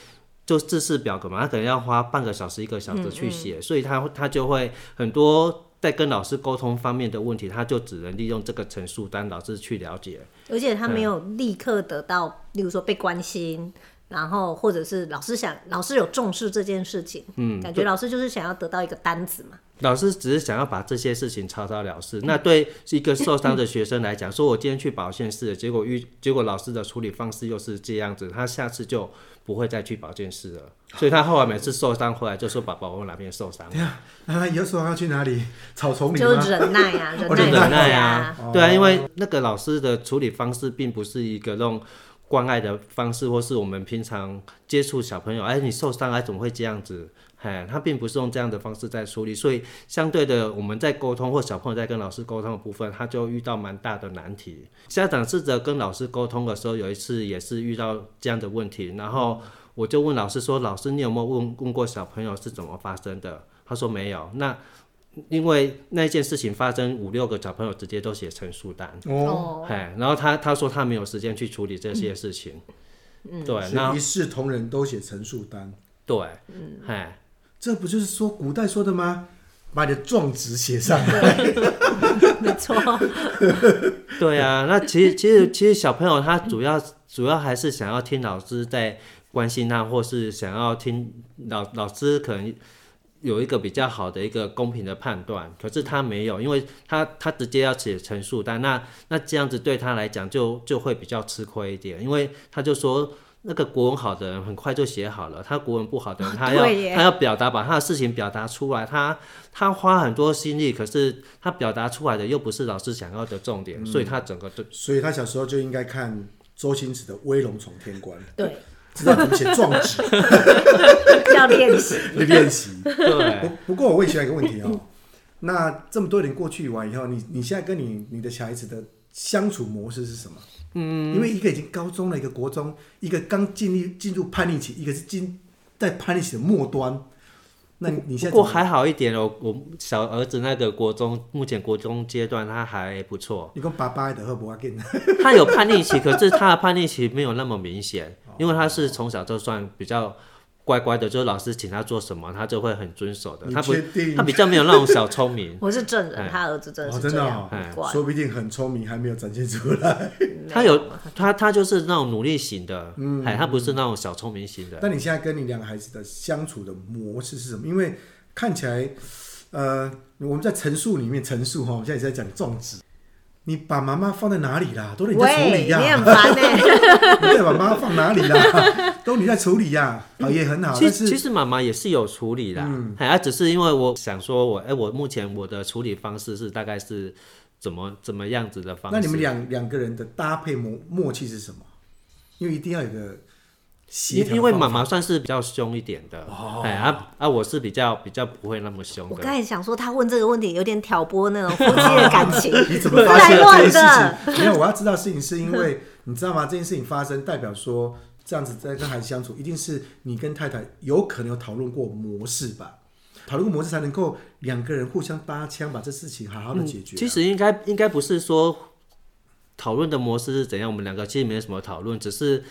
[SPEAKER 3] 就自式表格嘛，他可能要花半个小时一个小时去写，所以他他就会很多在跟老师沟通方面的问题，他就只能利用这个陈述单，老师去了解。
[SPEAKER 1] 而且他没有立刻得到，例如说被关心，然后或者是老师想老师有重视这件事情，嗯，感觉老师就是想要得到一个单子嘛，
[SPEAKER 3] 老师只是想要把这些事情草草了事。 那对一个受伤的学生来讲，说我今天去保健室了，结果遇结果老师的处理方式又是这样子，他下次就不会再去保健室了。所以他后来每次受伤回来就说：“宝宝，我哪边受伤了？”
[SPEAKER 2] 啊，以后说要去哪里？草丛里
[SPEAKER 1] 就
[SPEAKER 2] 吗？
[SPEAKER 1] 忍耐 啊，
[SPEAKER 2] 哦
[SPEAKER 1] 忍
[SPEAKER 2] 忍
[SPEAKER 1] 耐
[SPEAKER 3] 耐
[SPEAKER 1] 啊
[SPEAKER 3] 啊，，对啊，因为那个老师的处理方式并不是一个那种关爱的方式，或是我们平常接触小朋友，哎，你受伤，哎，怎么会这样子？哎，他并不是用这样的方式在处理，所以相对的，我们在沟通或小朋友在跟老师沟通的部分，他就遇到蛮大的难题。家长试着跟老师沟通的时候，有一次也是遇到这样的问题，然后我就问老师说：“老师，你有没有问问过小朋友是怎么发生的？”他说没有。那因为那件事情发生，五六个小朋友直接都写陈述单，
[SPEAKER 2] 哦，
[SPEAKER 1] 哦，
[SPEAKER 3] 哎，然后他他说他没有时间去处理这些事情，对，
[SPEAKER 2] 是
[SPEAKER 3] 那
[SPEAKER 2] 一视同仁都写陈述单，
[SPEAKER 3] 对，哎，
[SPEAKER 2] 这不就是说古代说的吗？把你的状纸写上来，
[SPEAKER 1] 没错，
[SPEAKER 3] 对啊，那其实其实其实小朋友他主要主要还是想要听老师在关心他，或是想要听老老师可能有一个比较好的一个公平的判断，可是他没有，因为他他直接要写陈述单，那那这样子对他来讲就就会比较吃亏一点，因为他就说。那个国文好的人很快就写好了，他国文不好的人，他要
[SPEAKER 1] 对耶
[SPEAKER 3] 他要表达把他的事情表达出来，他他花很多心力，可是他表达出来的又不是老师想要的重点，所以他整个就
[SPEAKER 2] 所以他小时候就应该看周星驰的《威龙闯天关》，
[SPEAKER 1] 对，
[SPEAKER 2] 知道怎么写状纸
[SPEAKER 1] 要练习，，
[SPEAKER 2] 的练习。不
[SPEAKER 3] 对，
[SPEAKER 2] 不过我问起来一个问题哦，那这么多年过去完以后，你你现在跟你你的小孩子的相处模式是什么？嗯，因为一个已经高中了，一个国中，一个刚进入进入叛逆期，一个是进在叛逆期的末端。那你你现在
[SPEAKER 3] 不过
[SPEAKER 2] 怎么
[SPEAKER 3] 还好一点哦。我小儿子那个国中，目前国中阶段他还不错，
[SPEAKER 2] 你跟爸爸的赫伯阿健，
[SPEAKER 3] 他有叛逆期，可是他的叛逆期没有那么明显，
[SPEAKER 2] 哦
[SPEAKER 3] 因为他是从小就算比较乖乖的，就是老师请他做什么，他就会很遵守的。
[SPEAKER 2] 你
[SPEAKER 3] 他不
[SPEAKER 2] 确，定
[SPEAKER 3] 他比较没有那种小聪明
[SPEAKER 1] 我是证人，
[SPEAKER 3] 哎
[SPEAKER 1] 他儿子真的
[SPEAKER 2] 哦
[SPEAKER 1] 是
[SPEAKER 2] 真
[SPEAKER 1] 这
[SPEAKER 2] 的
[SPEAKER 1] 样
[SPEAKER 2] 哦，
[SPEAKER 1] 很怪，
[SPEAKER 2] 说不定很聪明，还没有展现出来。
[SPEAKER 3] 他有他他就是那种努力型的，
[SPEAKER 2] 嗯
[SPEAKER 3] 哎，他不是那种小聪明型的。
[SPEAKER 2] 那你现在跟你两个孩子的相处的模式是什么？因为看起来，呃，我们在陈述里面陈述哈，我们现在也在讲种植，你把妈妈放在哪里啦？都是你在处
[SPEAKER 1] 喂，
[SPEAKER 2] 理
[SPEAKER 1] 你
[SPEAKER 2] 呀、
[SPEAKER 1] 很烦哎，
[SPEAKER 2] 你再把妈放哪里啦？都你在处理呀、啊，也很好。
[SPEAKER 3] 其
[SPEAKER 2] 但
[SPEAKER 3] 实其
[SPEAKER 2] 是嗯
[SPEAKER 3] 实妈妈也是有处理啦，哎、啊，只是因为我想说我，哎、我目前我的处理方式是大概是怎么怎么样子的方式。
[SPEAKER 2] 那你们两两个人的搭配默默契是什么？因为一定要有个协
[SPEAKER 3] 因
[SPEAKER 2] 调。
[SPEAKER 3] 因为妈，妈算是比较凶一点的，哎、啊啊，我是比较比较不会那么凶
[SPEAKER 1] 我
[SPEAKER 3] 的
[SPEAKER 1] 刚。才想说他问这个问题有点挑拨那种夫妻的感 情，
[SPEAKER 2] 你怎么发
[SPEAKER 1] 来
[SPEAKER 2] 现
[SPEAKER 1] 乱
[SPEAKER 2] 这件
[SPEAKER 1] 的？
[SPEAKER 2] 事情？没有，我要知道事情是因为你知道吗？这件事情发生代表说这样子在跟孩子相处，一定是你跟太太有可能有讨论过模式吧？讨论过模式才能够两个人互相搭腔，把这事情好好
[SPEAKER 1] 嗯
[SPEAKER 2] 的解决啊、
[SPEAKER 3] 其实应该应该不是说讨论的模式是怎样，我们两个其实没有什么讨论，只是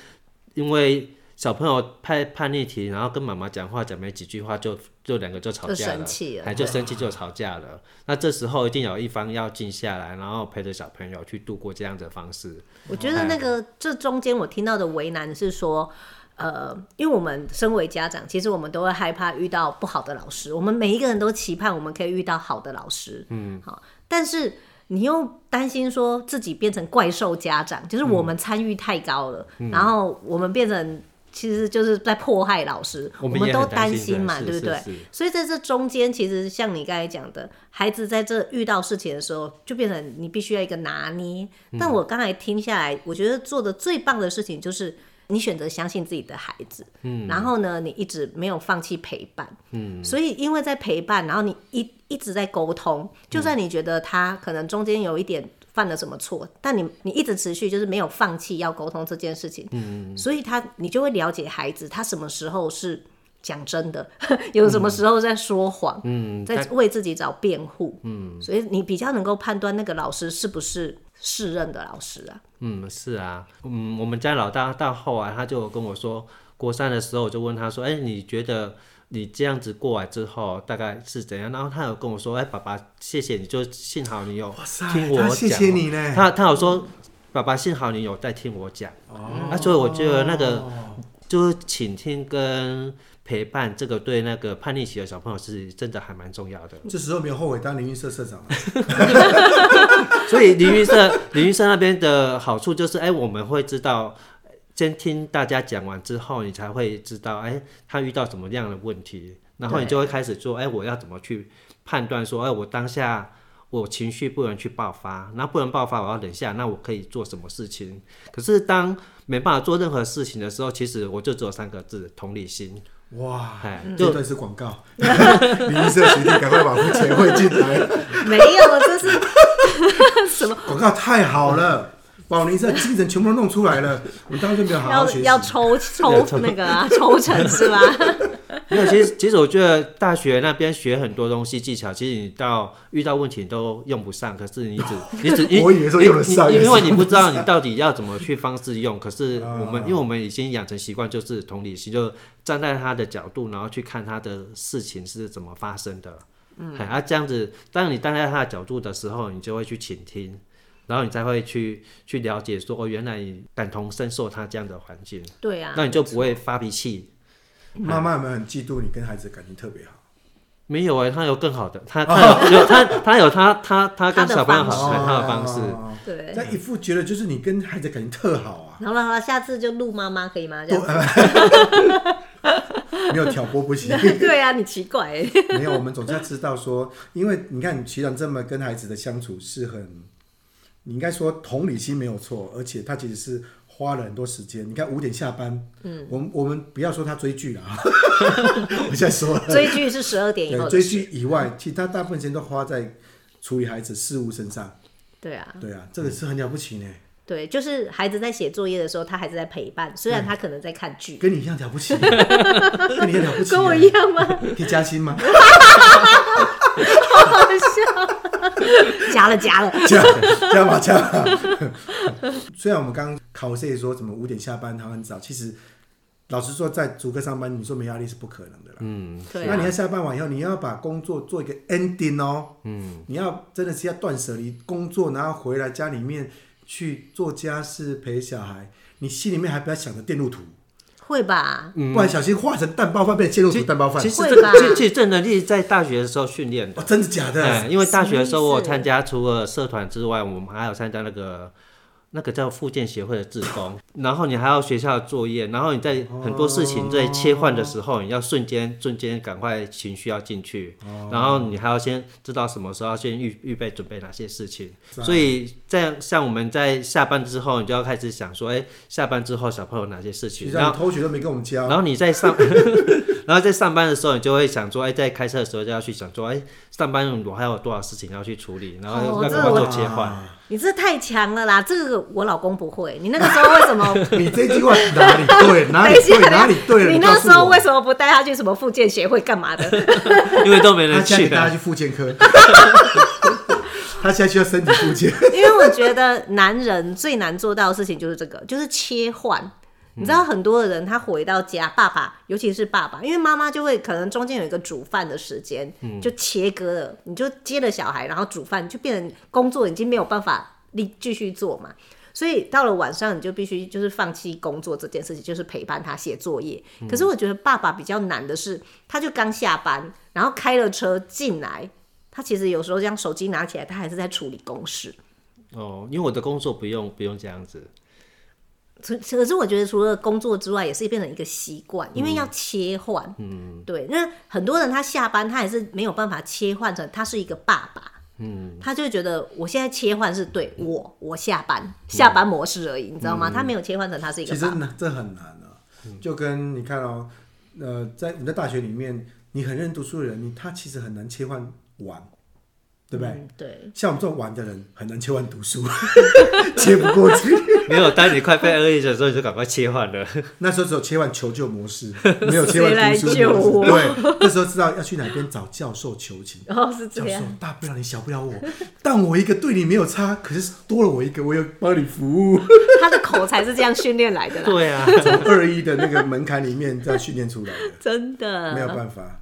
[SPEAKER 3] 因为小朋友叛叛逆题，然后跟妈妈讲话讲没几句话就就两个就吵
[SPEAKER 1] 就
[SPEAKER 3] 架
[SPEAKER 1] 生气了
[SPEAKER 3] 哎，就生气就吵架了。那这时候一定有一方要静下来，然后陪着小朋友去度过这样的方式。
[SPEAKER 1] 我觉得那个这中间我听到的为难是说，呃，因为我们身为家长，其实我们都会害怕遇到不好的老师，我们每一个人都期盼我们可以遇到好的老师，嗯，好，但是你又担心说自己变成怪兽家长，就是
[SPEAKER 3] 嗯
[SPEAKER 1] 我们参与太高了，然后我们变成其实就是在迫害老师，我
[SPEAKER 3] 我们也
[SPEAKER 1] 都
[SPEAKER 3] 很担
[SPEAKER 1] 心
[SPEAKER 3] 的
[SPEAKER 1] 嘛，
[SPEAKER 3] 是
[SPEAKER 1] 对不
[SPEAKER 3] 是
[SPEAKER 1] 对？
[SPEAKER 3] 是
[SPEAKER 1] 所以在这中间，其实像你刚才讲的，孩子在这遇到事情的时候，就变成你必须要一个拿捏。
[SPEAKER 3] 嗯
[SPEAKER 1] 但我刚才听下来，我觉得做的最棒的事情就是你选择相信自己的孩子，嗯，然后呢，你一直没有放弃陪伴，嗯，所以因为在陪伴，然后你一一直在沟通，就算你觉得他可能中间有一点。犯了什么错？但你你一直持续就是没有放弃要沟通这件事情，嗯、所以他你就会了解孩子他什么时候是讲真的， 有什么时候在说谎，
[SPEAKER 3] 嗯，
[SPEAKER 1] 在
[SPEAKER 3] 但
[SPEAKER 1] 为自己找辩护，嗯，所以你比较能够判断那个老师是不是适任的老师啊。
[SPEAKER 3] 嗯是啊，嗯，我们家老大到后来他就跟我说，国三的时候我就问他说，哎、你觉得你这样子过来之后大概是怎样？然后他有跟我说，哎、爸爸，谢谢你，就幸好你有
[SPEAKER 2] 哇塞，
[SPEAKER 3] 听我讲
[SPEAKER 2] 他
[SPEAKER 3] 哦，
[SPEAKER 2] 谢谢你呢。
[SPEAKER 3] 他他有说，爸爸，幸好你有在听我讲，啊，所以我觉得那个就是倾听跟陪伴，这个对那个叛逆期的小朋友是真的还蛮重要的。
[SPEAKER 2] 这时候没有后悔当淋浴社社长了，
[SPEAKER 3] 所以林云社林云社那边的好处就是，哎、我们会知道。哎先听大家讲完之后，你才会知道，哎、他遇到什么样的问题，然后你
[SPEAKER 1] 对
[SPEAKER 3] 就会开始做，哎、我要怎么去判断说，哎、我当下我情绪不能去爆发，那不能爆发，我要忍下，那我可以做什么事情？可是当没办法做任何事情的时候，其实我就只有三个字：同理心。
[SPEAKER 2] 哇！
[SPEAKER 3] 哎、
[SPEAKER 1] 嗯
[SPEAKER 2] 这
[SPEAKER 3] 就
[SPEAKER 2] 段是广告， 淋浴社学弟赶快把钱汇进来，
[SPEAKER 1] 没有，这是
[SPEAKER 2] 广告太好了，把我们淋浴社精神全部都弄出来了，我们当然就没有好好
[SPEAKER 1] 要
[SPEAKER 2] 学习。
[SPEAKER 1] 要抽抽那个啊，抽成是吧？
[SPEAKER 3] 没有，其实其实我觉得大学那边学很多东西技巧，其实你到遇到问题你都用不上，可是 你只你只你
[SPEAKER 2] 我以为说用得上
[SPEAKER 3] 你你
[SPEAKER 2] 也是
[SPEAKER 3] 因为你
[SPEAKER 2] 用不
[SPEAKER 3] 不知道你到底要怎么去方式用。可是我
[SPEAKER 2] 啊
[SPEAKER 3] 们因为我们已经养成习惯，就是同理心，就站在他的角度，然后去看他的事情是怎么发生的。嗯，啊，这样子，当你站在他的角度的时候，你就会去倾听，然后你才会去去了解说，哦，原来你感同身受他这样的环境，
[SPEAKER 1] 对啊，
[SPEAKER 3] 那你就不会发脾气。
[SPEAKER 2] 妈妈们很嫉妒你跟孩子感情特别好，
[SPEAKER 3] 没有哎、他有更好的，他他有有他他有他他
[SPEAKER 1] 他
[SPEAKER 3] 他跟
[SPEAKER 1] 的
[SPEAKER 3] 小朋友
[SPEAKER 1] 方
[SPEAKER 3] 好，他的方式，
[SPEAKER 2] 哦
[SPEAKER 1] 对。
[SPEAKER 2] 但一副觉得就是你跟孩子感情特 好啊，
[SPEAKER 1] 好了好了，下次就录妈妈可以吗？这样子
[SPEAKER 2] 没有挑拨不行。
[SPEAKER 1] 对啊，你奇怪欸，
[SPEAKER 2] 没有，我们总是要知道说，因为你看，学长这么跟孩子的相处是很，你应该说同理心没有错，而且他其实是花了很多时间。你看五点下班，嗯，我们我们不要说他追剧了 啊，我现在说了，
[SPEAKER 1] 追剧是十二点以后
[SPEAKER 2] 对，
[SPEAKER 3] 哦
[SPEAKER 1] 的
[SPEAKER 2] 追
[SPEAKER 1] 事
[SPEAKER 2] 剧以
[SPEAKER 3] 嗯
[SPEAKER 2] 外，其实他大部分时间都花在处理孩子事物身上。
[SPEAKER 1] 对啊，
[SPEAKER 2] 对啊，这个是很了不起呢，
[SPEAKER 1] 对，就是孩子在写作业的时候，他还是在陪伴，虽
[SPEAKER 2] 嗯
[SPEAKER 1] 然他可能在看剧，
[SPEAKER 2] 跟你一样了不起，跟你一样了不起，
[SPEAKER 1] 跟我一，样 吗？
[SPEAKER 2] 可以加薪吗？
[SPEAKER 1] 好笑，加了加了，
[SPEAKER 2] 这样这样吧，这样吧。 虽然我们刚刚考试也说怎么五点下班，好像很早，其实老实说，在竹科上班，你说没压力是不可能的啦。
[SPEAKER 3] 嗯，
[SPEAKER 1] 对
[SPEAKER 2] 那你
[SPEAKER 1] 啊，
[SPEAKER 2] 要下班完以后，你要把工作做一个 ending 哦。嗯，你要真的是要断舍离工作，然后回来家里面去做家事、陪小孩，你心里面还不要想着电路图，
[SPEAKER 1] 会吧？
[SPEAKER 2] 不然小心化成蛋包饭变成电路图蛋包饭
[SPEAKER 3] 其。实
[SPEAKER 1] 会
[SPEAKER 3] 这
[SPEAKER 1] 吧
[SPEAKER 3] 个其其实这能力在大学的时候训练
[SPEAKER 2] 哦，
[SPEAKER 3] 的，
[SPEAKER 2] 真的假
[SPEAKER 3] 哎，
[SPEAKER 2] 的？
[SPEAKER 3] 因为大学的时候我
[SPEAKER 1] 什么
[SPEAKER 3] 有
[SPEAKER 1] 意思
[SPEAKER 3] 参加除了社团之外，我们还有参加那个。那个叫复健协会的志工，然后你还要学校的作业，然后你在很多事情在切换的时候，你要瞬间瞬间赶快情绪要进去，
[SPEAKER 2] 哦
[SPEAKER 3] 然后你还要先知道什么时候要先预预备准备哪些事情，
[SPEAKER 2] 啊
[SPEAKER 3] 所以在像我们在下班之后，你就要开始想说，哎、下班之后小朋友哪些事
[SPEAKER 2] 学
[SPEAKER 3] 情，然
[SPEAKER 2] 长
[SPEAKER 3] 后
[SPEAKER 2] 你偷学都没跟我们教
[SPEAKER 3] 然，后你在上，然后在上班的时候，你就会想说，哎，在开车的时候就要去想说，哎，上班我还有多少事情要去处理，然后
[SPEAKER 1] 哦
[SPEAKER 3] 要
[SPEAKER 1] 这
[SPEAKER 3] 赶快
[SPEAKER 1] 我
[SPEAKER 3] 做切换。
[SPEAKER 2] 啊
[SPEAKER 1] 你这太强了啦！这个我老公不会。你那个时候为什么？
[SPEAKER 2] 你这句话哪里对？ 哪
[SPEAKER 1] 等
[SPEAKER 2] 里
[SPEAKER 1] 一
[SPEAKER 2] 对？
[SPEAKER 1] 下，
[SPEAKER 2] 哪里对了？
[SPEAKER 1] 你
[SPEAKER 2] 告
[SPEAKER 1] 那
[SPEAKER 2] 诉
[SPEAKER 1] 时候
[SPEAKER 2] 我
[SPEAKER 1] 为什么不带他去什么复健协会干嘛的？
[SPEAKER 3] 因为都没
[SPEAKER 2] 他
[SPEAKER 3] 人
[SPEAKER 2] 现在
[SPEAKER 3] 去
[SPEAKER 2] 给大家
[SPEAKER 3] 的。
[SPEAKER 2] 去复健科，他现在需要身体复健。
[SPEAKER 1] 因为我觉得男人最难做到的事情就是这个，就是切换。你知道很多的人他回到家，爸爸尤其是爸爸，因为妈妈就会可能中间有一个煮饭的时间，就切割了，你就接了小孩，然后煮饭，就变成工作已经没有办法立继续做嘛。所以到了晚上，你就必须就是放弃工作这件事情，就是陪伴他写作业。可是我觉得爸爸比较难的是，他就刚下班，然后开了车进来，他他其实有时候这样手机拿起来，他还是在处理公事。
[SPEAKER 3] 哦，因为我的工作不用不用这样子，
[SPEAKER 1] 除可是我觉得除了工作之外，也是变成一个习惯，因为要切换。嗯，对，那很多人他下班他还是没有办法切换成他是一个爸爸。嗯，他就会觉得我现在切换是对
[SPEAKER 2] 嗯
[SPEAKER 1] 我，我下班下班模式而已，你知道吗？他没有切换成他是一个
[SPEAKER 2] 其
[SPEAKER 1] 爸
[SPEAKER 2] 实
[SPEAKER 1] 爸。
[SPEAKER 2] 呢这很难啊，就跟你看哦，呃，在你在大学里面，你很认真读书的人，你他其实很难切换玩，对不对？
[SPEAKER 1] 嗯对，
[SPEAKER 2] 像我们这种玩的人，很难切换读书， 切不过去。
[SPEAKER 3] 没有当你快被恶意的时候，你就赶快切换了。
[SPEAKER 2] 那时候只有切换求救模式，没有切换
[SPEAKER 1] 谁来
[SPEAKER 2] 读书模式
[SPEAKER 1] 救我
[SPEAKER 2] 对，那时候知道要去哪边找教授求情。
[SPEAKER 1] 然后是这
[SPEAKER 2] 教授
[SPEAKER 1] 样。，
[SPEAKER 2] 大不了你小不了我， 但我一个对你没有差，可是多了我一个，我有帮你服 务。
[SPEAKER 1] 他的口才是这样训练来的啦，
[SPEAKER 3] 对啊，
[SPEAKER 2] 从二一的那个门槛里面再训练出来的，
[SPEAKER 1] 真
[SPEAKER 2] 没有
[SPEAKER 1] 的。
[SPEAKER 2] 办法，
[SPEAKER 1] 嗯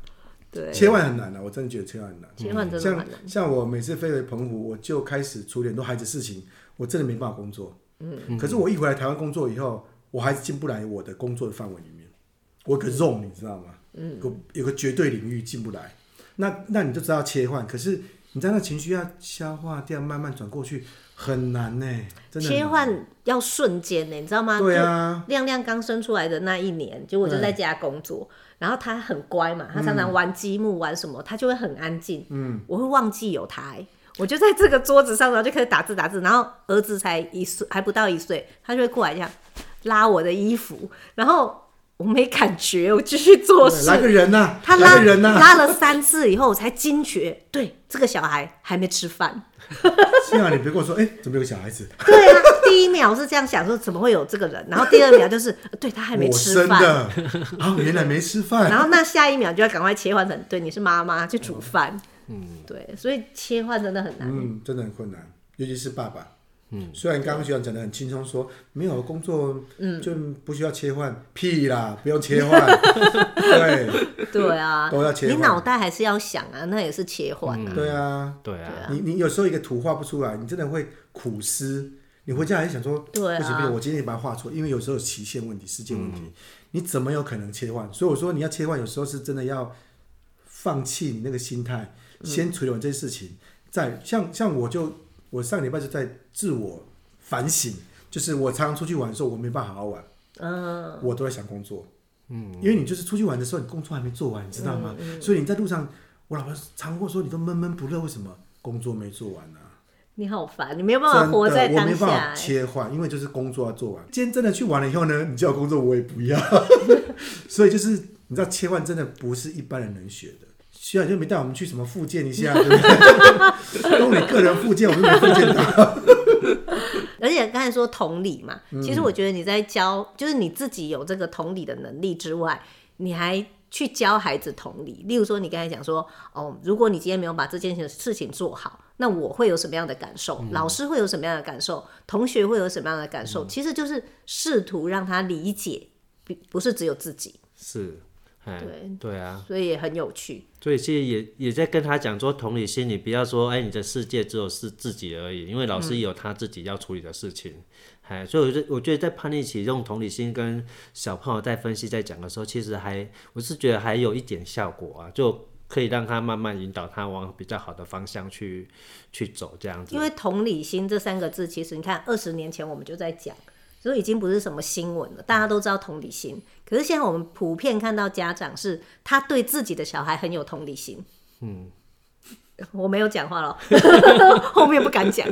[SPEAKER 1] 对，
[SPEAKER 2] 切换很难啊的、我真的觉得切换很难。
[SPEAKER 1] 切换真的
[SPEAKER 2] 像
[SPEAKER 1] 很难。
[SPEAKER 2] 像我每次飞回澎湖，我就开始处理很多孩子事情，我真的没办法工作。嗯，可是我一回来台湾工作以后，我还是进不来我的工作的范围里面，我有个 zone 你知道吗？嗯，有有个绝对领域进不来，那那你就知道切换。可是你知道那情绪要消化掉，慢慢转过去很难呢、真的很
[SPEAKER 1] 切。
[SPEAKER 2] 难
[SPEAKER 1] 换要瞬间呢、你知道吗？
[SPEAKER 2] 对啊，
[SPEAKER 1] 就亮亮刚生出来的那一年，就我就在家工作，然后他很乖
[SPEAKER 2] 嗯
[SPEAKER 1] 嘛，他常常玩积木、玩什么，他就会很安静。嗯，我会忘记有他、欸，我就在这个桌子上，然后就开始打字打字，然后儿子才一岁，还不到一岁，他就会过来这样拉我的衣服，然后我没感觉，我继续做
[SPEAKER 2] 对
[SPEAKER 1] 事。
[SPEAKER 2] 来个人呐、
[SPEAKER 1] 他
[SPEAKER 2] 来
[SPEAKER 1] 拉
[SPEAKER 2] 个人呐、啊
[SPEAKER 1] 拉了三次以后，我才惊觉，对，这个小孩还没吃饭。
[SPEAKER 2] 幸好你别跟我说，哎、怎么有个小孩子？
[SPEAKER 1] 对啊，第一秒是这样想说怎么会有这个人，然后第二秒就是呃对他还没
[SPEAKER 2] 我
[SPEAKER 1] 吃
[SPEAKER 2] 生
[SPEAKER 1] 饭，
[SPEAKER 2] 的，啊，原来没吃 饭。
[SPEAKER 1] 然后那下一秒就要赶快切换成对你是妈妈去煮饭。嗯，对，所以切换真的很难。
[SPEAKER 2] 嗯，真的很困难，尤其是爸爸。嗯，虽然刚刚学长讲的很轻松，说没有工作，嗯，就不需要切换，屁啦，不用切换，对
[SPEAKER 1] 对啊，
[SPEAKER 2] 都要切
[SPEAKER 1] 你
[SPEAKER 2] 换
[SPEAKER 1] 脑袋还是要想啊，那也是切换啊。
[SPEAKER 2] 对啊，
[SPEAKER 3] 对啊，
[SPEAKER 2] 你你有时候一个图画不出来，你真的会苦思，你回家还是想说，
[SPEAKER 1] 对啊
[SPEAKER 2] 不行不行，我今天也把它画错，因为有时候有期限问题、时间问题，你怎么有可能切换？所以我说你要切换，有时候是真的要放弃你那个心态，
[SPEAKER 1] 嗯
[SPEAKER 2] 先处理完这些事情，再像像我就我上礼拜就在自我反省，就是我常常出去玩的时候，我没办法好好玩，嗯，我都在想工作，嗯，因为你就是出去玩的时候，你工作还没做完，你知道吗？
[SPEAKER 1] 嗯
[SPEAKER 2] 所以你在路上，我老婆常跟我说你都闷闷不乐，为什么？工作没做完啊。
[SPEAKER 1] 你好烦，你没有办法活在
[SPEAKER 2] 真的我
[SPEAKER 1] 当
[SPEAKER 2] 没
[SPEAKER 1] 下、
[SPEAKER 2] 办法
[SPEAKER 1] 欸。
[SPEAKER 2] 切换，因为就是工作要做完。今天真的去完了以后呢，你叫我工作我也不 要，所以就是你知道切换真的不是一般人能学的。学长就没带我们去什么复健一下，对 不对？用你个人复健，我们没复健到。
[SPEAKER 1] 而且刚才说同理嘛，其实我觉得你在教，就是你自己有这个同理的能力之外，你还去教孩子同理。例如说，你刚才讲说，哦，如果你今天没有把这件事情做好，那我会有什么样的感受？老师会有什么样的感受？同学会有什么样的感受？其实就是试图让他理解，不不是只有自己，
[SPEAKER 3] 是，哎，
[SPEAKER 1] 对
[SPEAKER 3] 对啊，
[SPEAKER 1] 所以也很有趣。
[SPEAKER 3] 所以其实也也在跟他讲说同理心，你不要说哎，你的世界只有是自己而已，因为老师也有他自己要处理的事情。哎，所以我觉得我觉得在叛逆期用同理心跟小朋友在分析在讲的时候，其实还我是觉得还有一点效果啊，就可以让他慢慢引导他往比较好的方向去去走这样子
[SPEAKER 1] 因。为同理心这三个字，其实你看，二十年前我们就在讲，所以已经不是什么新闻了，大家都知道同理心。可是现在我们普遍看到家长是他对自己的小孩很有同理心。嗯，我没有讲话了， 后面不敢讲。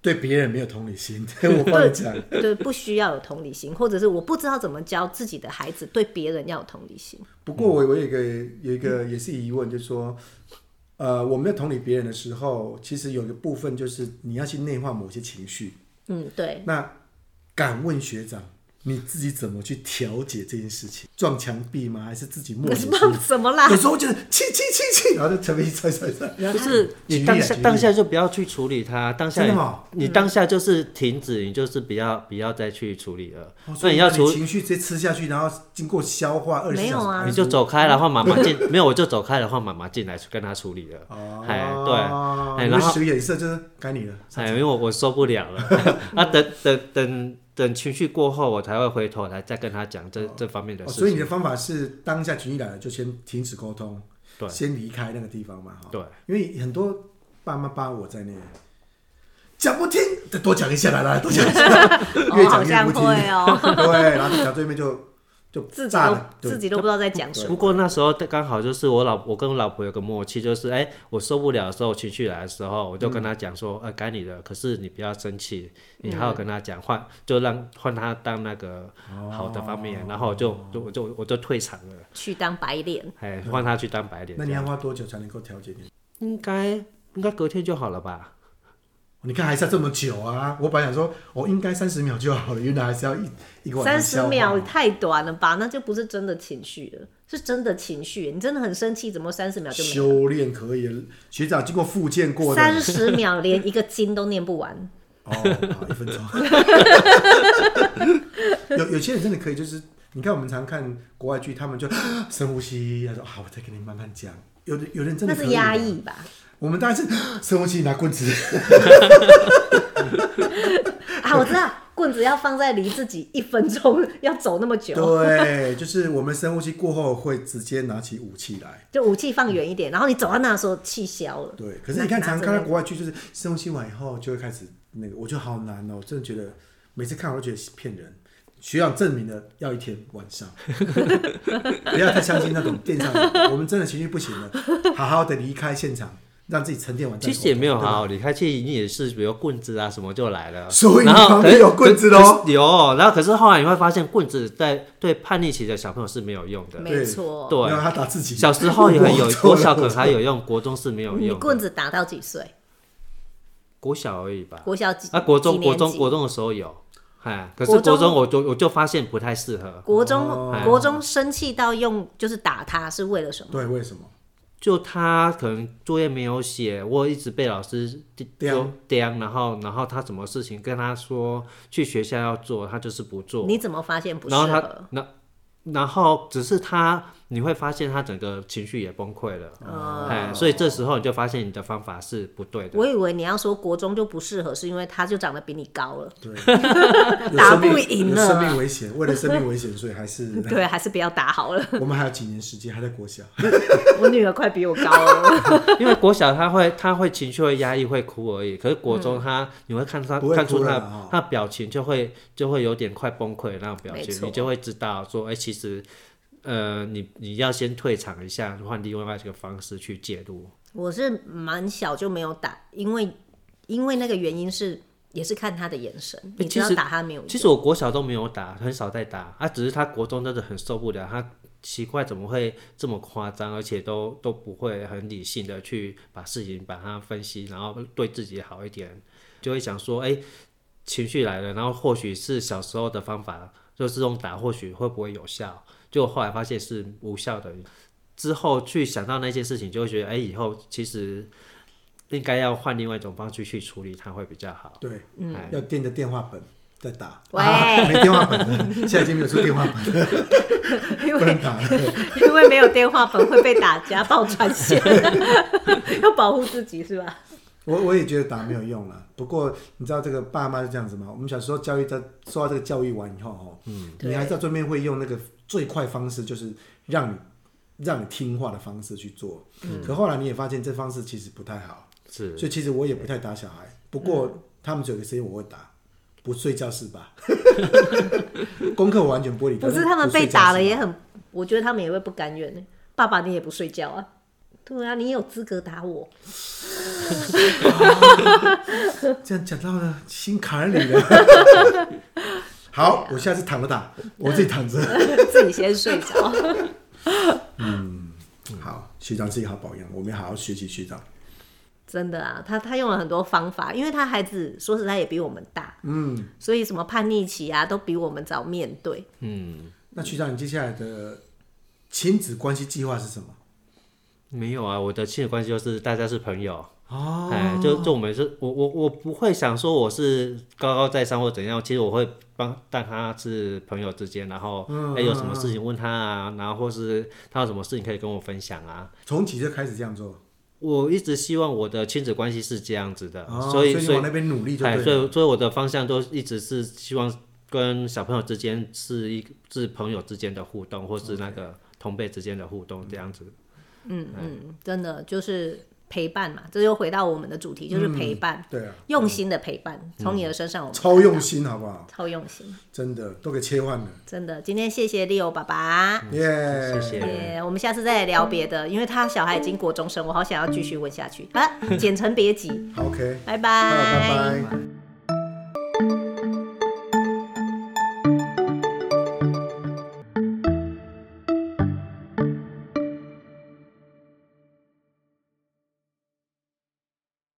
[SPEAKER 2] 对别人没有同理心， 我帮你讲。
[SPEAKER 1] 对，不需要有同理心，或者是我不知道怎么教自己的孩子对别人要有同理心。
[SPEAKER 2] 不
[SPEAKER 1] 嗯
[SPEAKER 2] 过我我有一个有一个也是疑问，就是说，呃，我们在同理别人的时候，其实有一个部分就是你要去内化某些情绪。
[SPEAKER 1] 嗯，对，
[SPEAKER 2] 那敢问学长，你自己怎么去调解这件事情？撞墙壁吗？还是自己默
[SPEAKER 1] 可
[SPEAKER 2] 念
[SPEAKER 1] 是
[SPEAKER 2] 出
[SPEAKER 1] 忘
[SPEAKER 2] 来？
[SPEAKER 1] 什么啦
[SPEAKER 2] 有？时候我觉得气气气气，然后 就墙壁踹踹踹。
[SPEAKER 3] 就是
[SPEAKER 2] 举
[SPEAKER 3] 你
[SPEAKER 2] 例啊
[SPEAKER 3] 当下
[SPEAKER 2] 举例
[SPEAKER 3] 当下就不要去处理它，当下
[SPEAKER 2] 真
[SPEAKER 3] 你
[SPEAKER 2] 的哦
[SPEAKER 3] 你当下就是停止，你就是不要不要再去处理了。所以你
[SPEAKER 2] 哦
[SPEAKER 3] 要
[SPEAKER 2] 所
[SPEAKER 3] 处
[SPEAKER 2] 你情绪直接吃下去，然后经过消化二十
[SPEAKER 1] 没有啊
[SPEAKER 3] 你就走开了，换妈妈进，没有我就走开了，换妈妈进来去跟他处理了。哎，
[SPEAKER 2] 哦，
[SPEAKER 3] 对，哎，
[SPEAKER 2] 你
[SPEAKER 3] 然
[SPEAKER 2] 们
[SPEAKER 3] 后
[SPEAKER 2] 使眼色就是该你了。
[SPEAKER 3] 哎，因为我我受不了 了，啊，等等等等情绪过后，我才会回头来再跟他讲这这方面的
[SPEAKER 2] 哦，
[SPEAKER 3] 事
[SPEAKER 2] 所以你
[SPEAKER 3] 情。
[SPEAKER 2] 的方法是当下情绪来了就先停止沟通，
[SPEAKER 3] 对
[SPEAKER 2] 先离开那个地方嘛，哈。
[SPEAKER 3] 对，
[SPEAKER 2] 因为很多爸妈把我在内，讲不听，再多讲一下来来，多讲一下， 越
[SPEAKER 1] 哦，好
[SPEAKER 2] 讲越
[SPEAKER 1] 像
[SPEAKER 2] 不听。
[SPEAKER 1] 会 哦，
[SPEAKER 2] 对，然后讲到最后面就就
[SPEAKER 1] 自己
[SPEAKER 2] 炸
[SPEAKER 1] 都
[SPEAKER 2] 了，对
[SPEAKER 1] 自己都不知道在讲 什么。
[SPEAKER 3] 不过那时候刚好就是我老我跟我老婆有个默契，就是哎、我受不了的时候，情绪来的时候，我就跟她讲
[SPEAKER 2] 嗯
[SPEAKER 3] 说，呃，该你的，可是你不要生气，你好好跟她讲，
[SPEAKER 2] 嗯
[SPEAKER 3] 换就让换她当那个
[SPEAKER 2] 哦
[SPEAKER 3] 好的方面，然后我就就我就我就退场了，
[SPEAKER 1] 去当白脸，
[SPEAKER 3] 哎、
[SPEAKER 2] 嗯
[SPEAKER 3] 换她去当白脸
[SPEAKER 2] 那
[SPEAKER 3] 这
[SPEAKER 2] 你
[SPEAKER 3] 样。
[SPEAKER 2] 要花多久才能够调节你？
[SPEAKER 3] 应该应该隔天就好了
[SPEAKER 2] 哦
[SPEAKER 3] 吧？
[SPEAKER 2] 你看还是要这么久啊！我本来想说，我应该三十秒就好了，原来还是要一一个晚
[SPEAKER 1] 三
[SPEAKER 2] 上
[SPEAKER 1] 十
[SPEAKER 2] 消化
[SPEAKER 1] 秒太短了吧？那就不是真的情绪了，是真的情绪。你真的很生气，怎么三十秒就没了？
[SPEAKER 2] 修炼可以，学长经过复健 过的
[SPEAKER 1] 三十秒连一个经都念不完，
[SPEAKER 2] 哦，好，一分钟。 有有些人真的可以，就是你看我们常看国外剧，他们就 深呼吸，他说啊，我再跟你慢慢讲。有的有人真
[SPEAKER 1] 那
[SPEAKER 2] 的可
[SPEAKER 1] 是
[SPEAKER 2] 以
[SPEAKER 1] 压，抑吧？
[SPEAKER 2] 我们当然是 深呼吸，拿棍子。
[SPEAKER 1] 啊，我知道，棍子要放在离自己一分钟，要走那么久，
[SPEAKER 2] 对，就是我们深呼吸过后会直接拿起武器来。
[SPEAKER 1] 就武器放远一点，然后你走到那的时候气消了。
[SPEAKER 2] 对，可是你看，
[SPEAKER 1] 拿
[SPEAKER 2] 常
[SPEAKER 1] 着
[SPEAKER 2] 看到
[SPEAKER 1] 那
[SPEAKER 2] 国外剧，就是深呼吸完以后就会开始那个，我觉得好难哦、真的觉得每次看我都觉得是骗人。学长证明了要一天晚上， 不要太相信那种电商人，我们真的情绪不行了，好好的离开现场，让自己沉淀完再
[SPEAKER 3] 其
[SPEAKER 2] 说。
[SPEAKER 3] 实也没有
[SPEAKER 2] 对吧
[SPEAKER 3] 好，好离开，其实你也是比如棍子啊什么就来了，
[SPEAKER 2] 所以你
[SPEAKER 3] 然后
[SPEAKER 2] 旁
[SPEAKER 3] 可
[SPEAKER 2] 边
[SPEAKER 3] 是
[SPEAKER 2] 有棍子哦咯，
[SPEAKER 3] 可是有，然后可是后来你会发现棍子在对叛逆期的小朋友是没有用的，
[SPEAKER 1] 没错，
[SPEAKER 3] 对
[SPEAKER 2] 没有他打自己。
[SPEAKER 3] 小时候也很有
[SPEAKER 2] 我，错了
[SPEAKER 3] 国小可能还有用，国中是没 有
[SPEAKER 1] 你
[SPEAKER 3] 用的，
[SPEAKER 1] 棍子打到几岁？
[SPEAKER 3] 国小而已吧。
[SPEAKER 1] 国小几？
[SPEAKER 3] 啊，国中
[SPEAKER 1] 几
[SPEAKER 3] 国
[SPEAKER 1] 年级
[SPEAKER 3] 中国中的时候有，哎，可是
[SPEAKER 1] 国
[SPEAKER 3] 国
[SPEAKER 1] 中
[SPEAKER 3] 中我就我就发现不太适合，
[SPEAKER 1] 国中、
[SPEAKER 2] 哦
[SPEAKER 1] 国中生气到用就是打他是为了什么？
[SPEAKER 2] 对，为什么？
[SPEAKER 3] 就他可能作业没有写，我一直被老师
[SPEAKER 2] 刁
[SPEAKER 3] 丢刁，然后然后他什么事情跟他说去学校要做，他就是不做，
[SPEAKER 1] 你怎么发现不适
[SPEAKER 3] 然后他
[SPEAKER 1] 合？
[SPEAKER 3] 那然后只是他你会发现他整个情绪也崩溃了，哎，所以这时候你就发现你的方法是不对的。
[SPEAKER 1] 我以为你要说国中就不适合，是因为他就长得比你高了，
[SPEAKER 2] 对，有
[SPEAKER 1] 打
[SPEAKER 2] 生命
[SPEAKER 1] 不赢
[SPEAKER 2] 有
[SPEAKER 1] 了
[SPEAKER 2] 生命危险，为了生命危险，所以还是
[SPEAKER 1] 对，还是不要打好了。
[SPEAKER 2] 我们还有几年时间，还在国小。
[SPEAKER 1] 我女儿快比我高了，
[SPEAKER 3] 因为国小他会他会情绪会压抑会哭而已，可是国中他、你会看他
[SPEAKER 2] 不会
[SPEAKER 3] 看
[SPEAKER 2] 哭
[SPEAKER 3] 出
[SPEAKER 2] 了
[SPEAKER 3] 他、
[SPEAKER 2] 哦
[SPEAKER 3] 他表情就会就会有点快崩溃的那种表
[SPEAKER 1] 没
[SPEAKER 3] 情，
[SPEAKER 1] 错
[SPEAKER 3] 你就会知道说，哎、其实呃你你要先退场一下，换另外一个方式去介入。
[SPEAKER 1] 我是蛮小就没有打，因为因为那个原因是也是看他的眼神，你知道
[SPEAKER 3] 其实
[SPEAKER 1] 打他没 有用？
[SPEAKER 3] 其实我国小都没有打，很少在打，啊，只是他国中真的很受不了，他奇怪怎么会这么夸张，而且都都不会很理性的去把事情把它分析，然后对自己好一点，就会想说，哎、情绪来了，然后或许是小时候的方法，就是用打，或许会不会有效？就后来发现是无效的，之后去想到那件事情，就会觉得，哎、以后其实应该要换另外一种方式去处理它会比较好。
[SPEAKER 2] 对，
[SPEAKER 3] 嗯
[SPEAKER 2] 要垫着电话本再打。
[SPEAKER 1] 喂
[SPEAKER 2] 啊，没电话本了，现在已经没有出电话 本了，
[SPEAKER 1] 因
[SPEAKER 2] 不能
[SPEAKER 1] 为
[SPEAKER 2] 打了。
[SPEAKER 1] 因为没有电话本会被打家暴传 线，要保护自己是吧？
[SPEAKER 2] 我我也觉得打没有用了。不过你知道这个爸妈是这样子吗？我们小时候教育在受到这个教育完以后哦，嗯，你还是要对面会用那个最快方式，就是让你让你听话的方式去做。可后来你也发现这方式其实不太好，
[SPEAKER 3] 是，
[SPEAKER 2] 所以其实我也不太打小孩。不过他们只有一个时间我会打，不睡觉是吧？功课我完全不会理他。
[SPEAKER 1] 不是他们被打了
[SPEAKER 2] 也。
[SPEAKER 1] 也很，我觉得他们也会不甘愿呢。爸爸你也不睡觉啊？对啊，你有资格打我？
[SPEAKER 2] 这样讲到了心坎儿里 了。
[SPEAKER 3] 啊
[SPEAKER 2] 好，我下次躺着打，我自己躺 着。
[SPEAKER 1] 自己先睡着。
[SPEAKER 2] 好，学长是一个好榜样，我们要好好学习学长。
[SPEAKER 1] 真的啊，他他用了很多方法，因为他孩子说实在也比我们大，嗯，所以什么叛逆期啊，都比我们早面对。
[SPEAKER 2] 那学长，你接下来的亲子关系计划是什么？
[SPEAKER 3] 没有啊，我的亲子关系就是大家是朋友，
[SPEAKER 2] 哦，
[SPEAKER 3] 哎，就就我们是，我我我不会想说我是高高在上或怎样，其实我会帮，但他是朋友之间，然后哎、
[SPEAKER 2] 嗯
[SPEAKER 3] 有什么事情问他啊，然后或是他有什么事情可以跟我分享啊。
[SPEAKER 2] 从几岁开始这样做？
[SPEAKER 3] 我一直希望我的亲子关系是这样子的，
[SPEAKER 2] 哦
[SPEAKER 3] 啊所以
[SPEAKER 2] 所以你往那边努力就
[SPEAKER 3] 哎，
[SPEAKER 2] 对
[SPEAKER 3] 所
[SPEAKER 2] 了。
[SPEAKER 3] 以所以我的方向都一直是希望跟小朋友之间是一是朋友之间的互动，或是那个同辈之间的互动这样子。
[SPEAKER 1] 嗯嗯，真的就是陪伴嘛，这又回到我们的主题，就是陪伴，
[SPEAKER 2] 对啊，
[SPEAKER 1] 用心的陪伴，从你的身上我们
[SPEAKER 2] 嗯超用心，好不
[SPEAKER 1] 看到，
[SPEAKER 2] 好？
[SPEAKER 1] 超用心，
[SPEAKER 2] 真的都给切换了，
[SPEAKER 1] 真的。今天谢谢 Leo 爸爸。
[SPEAKER 2] 耶、
[SPEAKER 3] 嗯谢谢。
[SPEAKER 1] 耶我们下次再来聊别的，因为他小孩已经国中生，我好想要继续问下去。好了，简称别急，
[SPEAKER 2] 好，OK，
[SPEAKER 1] 拜拜，
[SPEAKER 2] 好拜拜。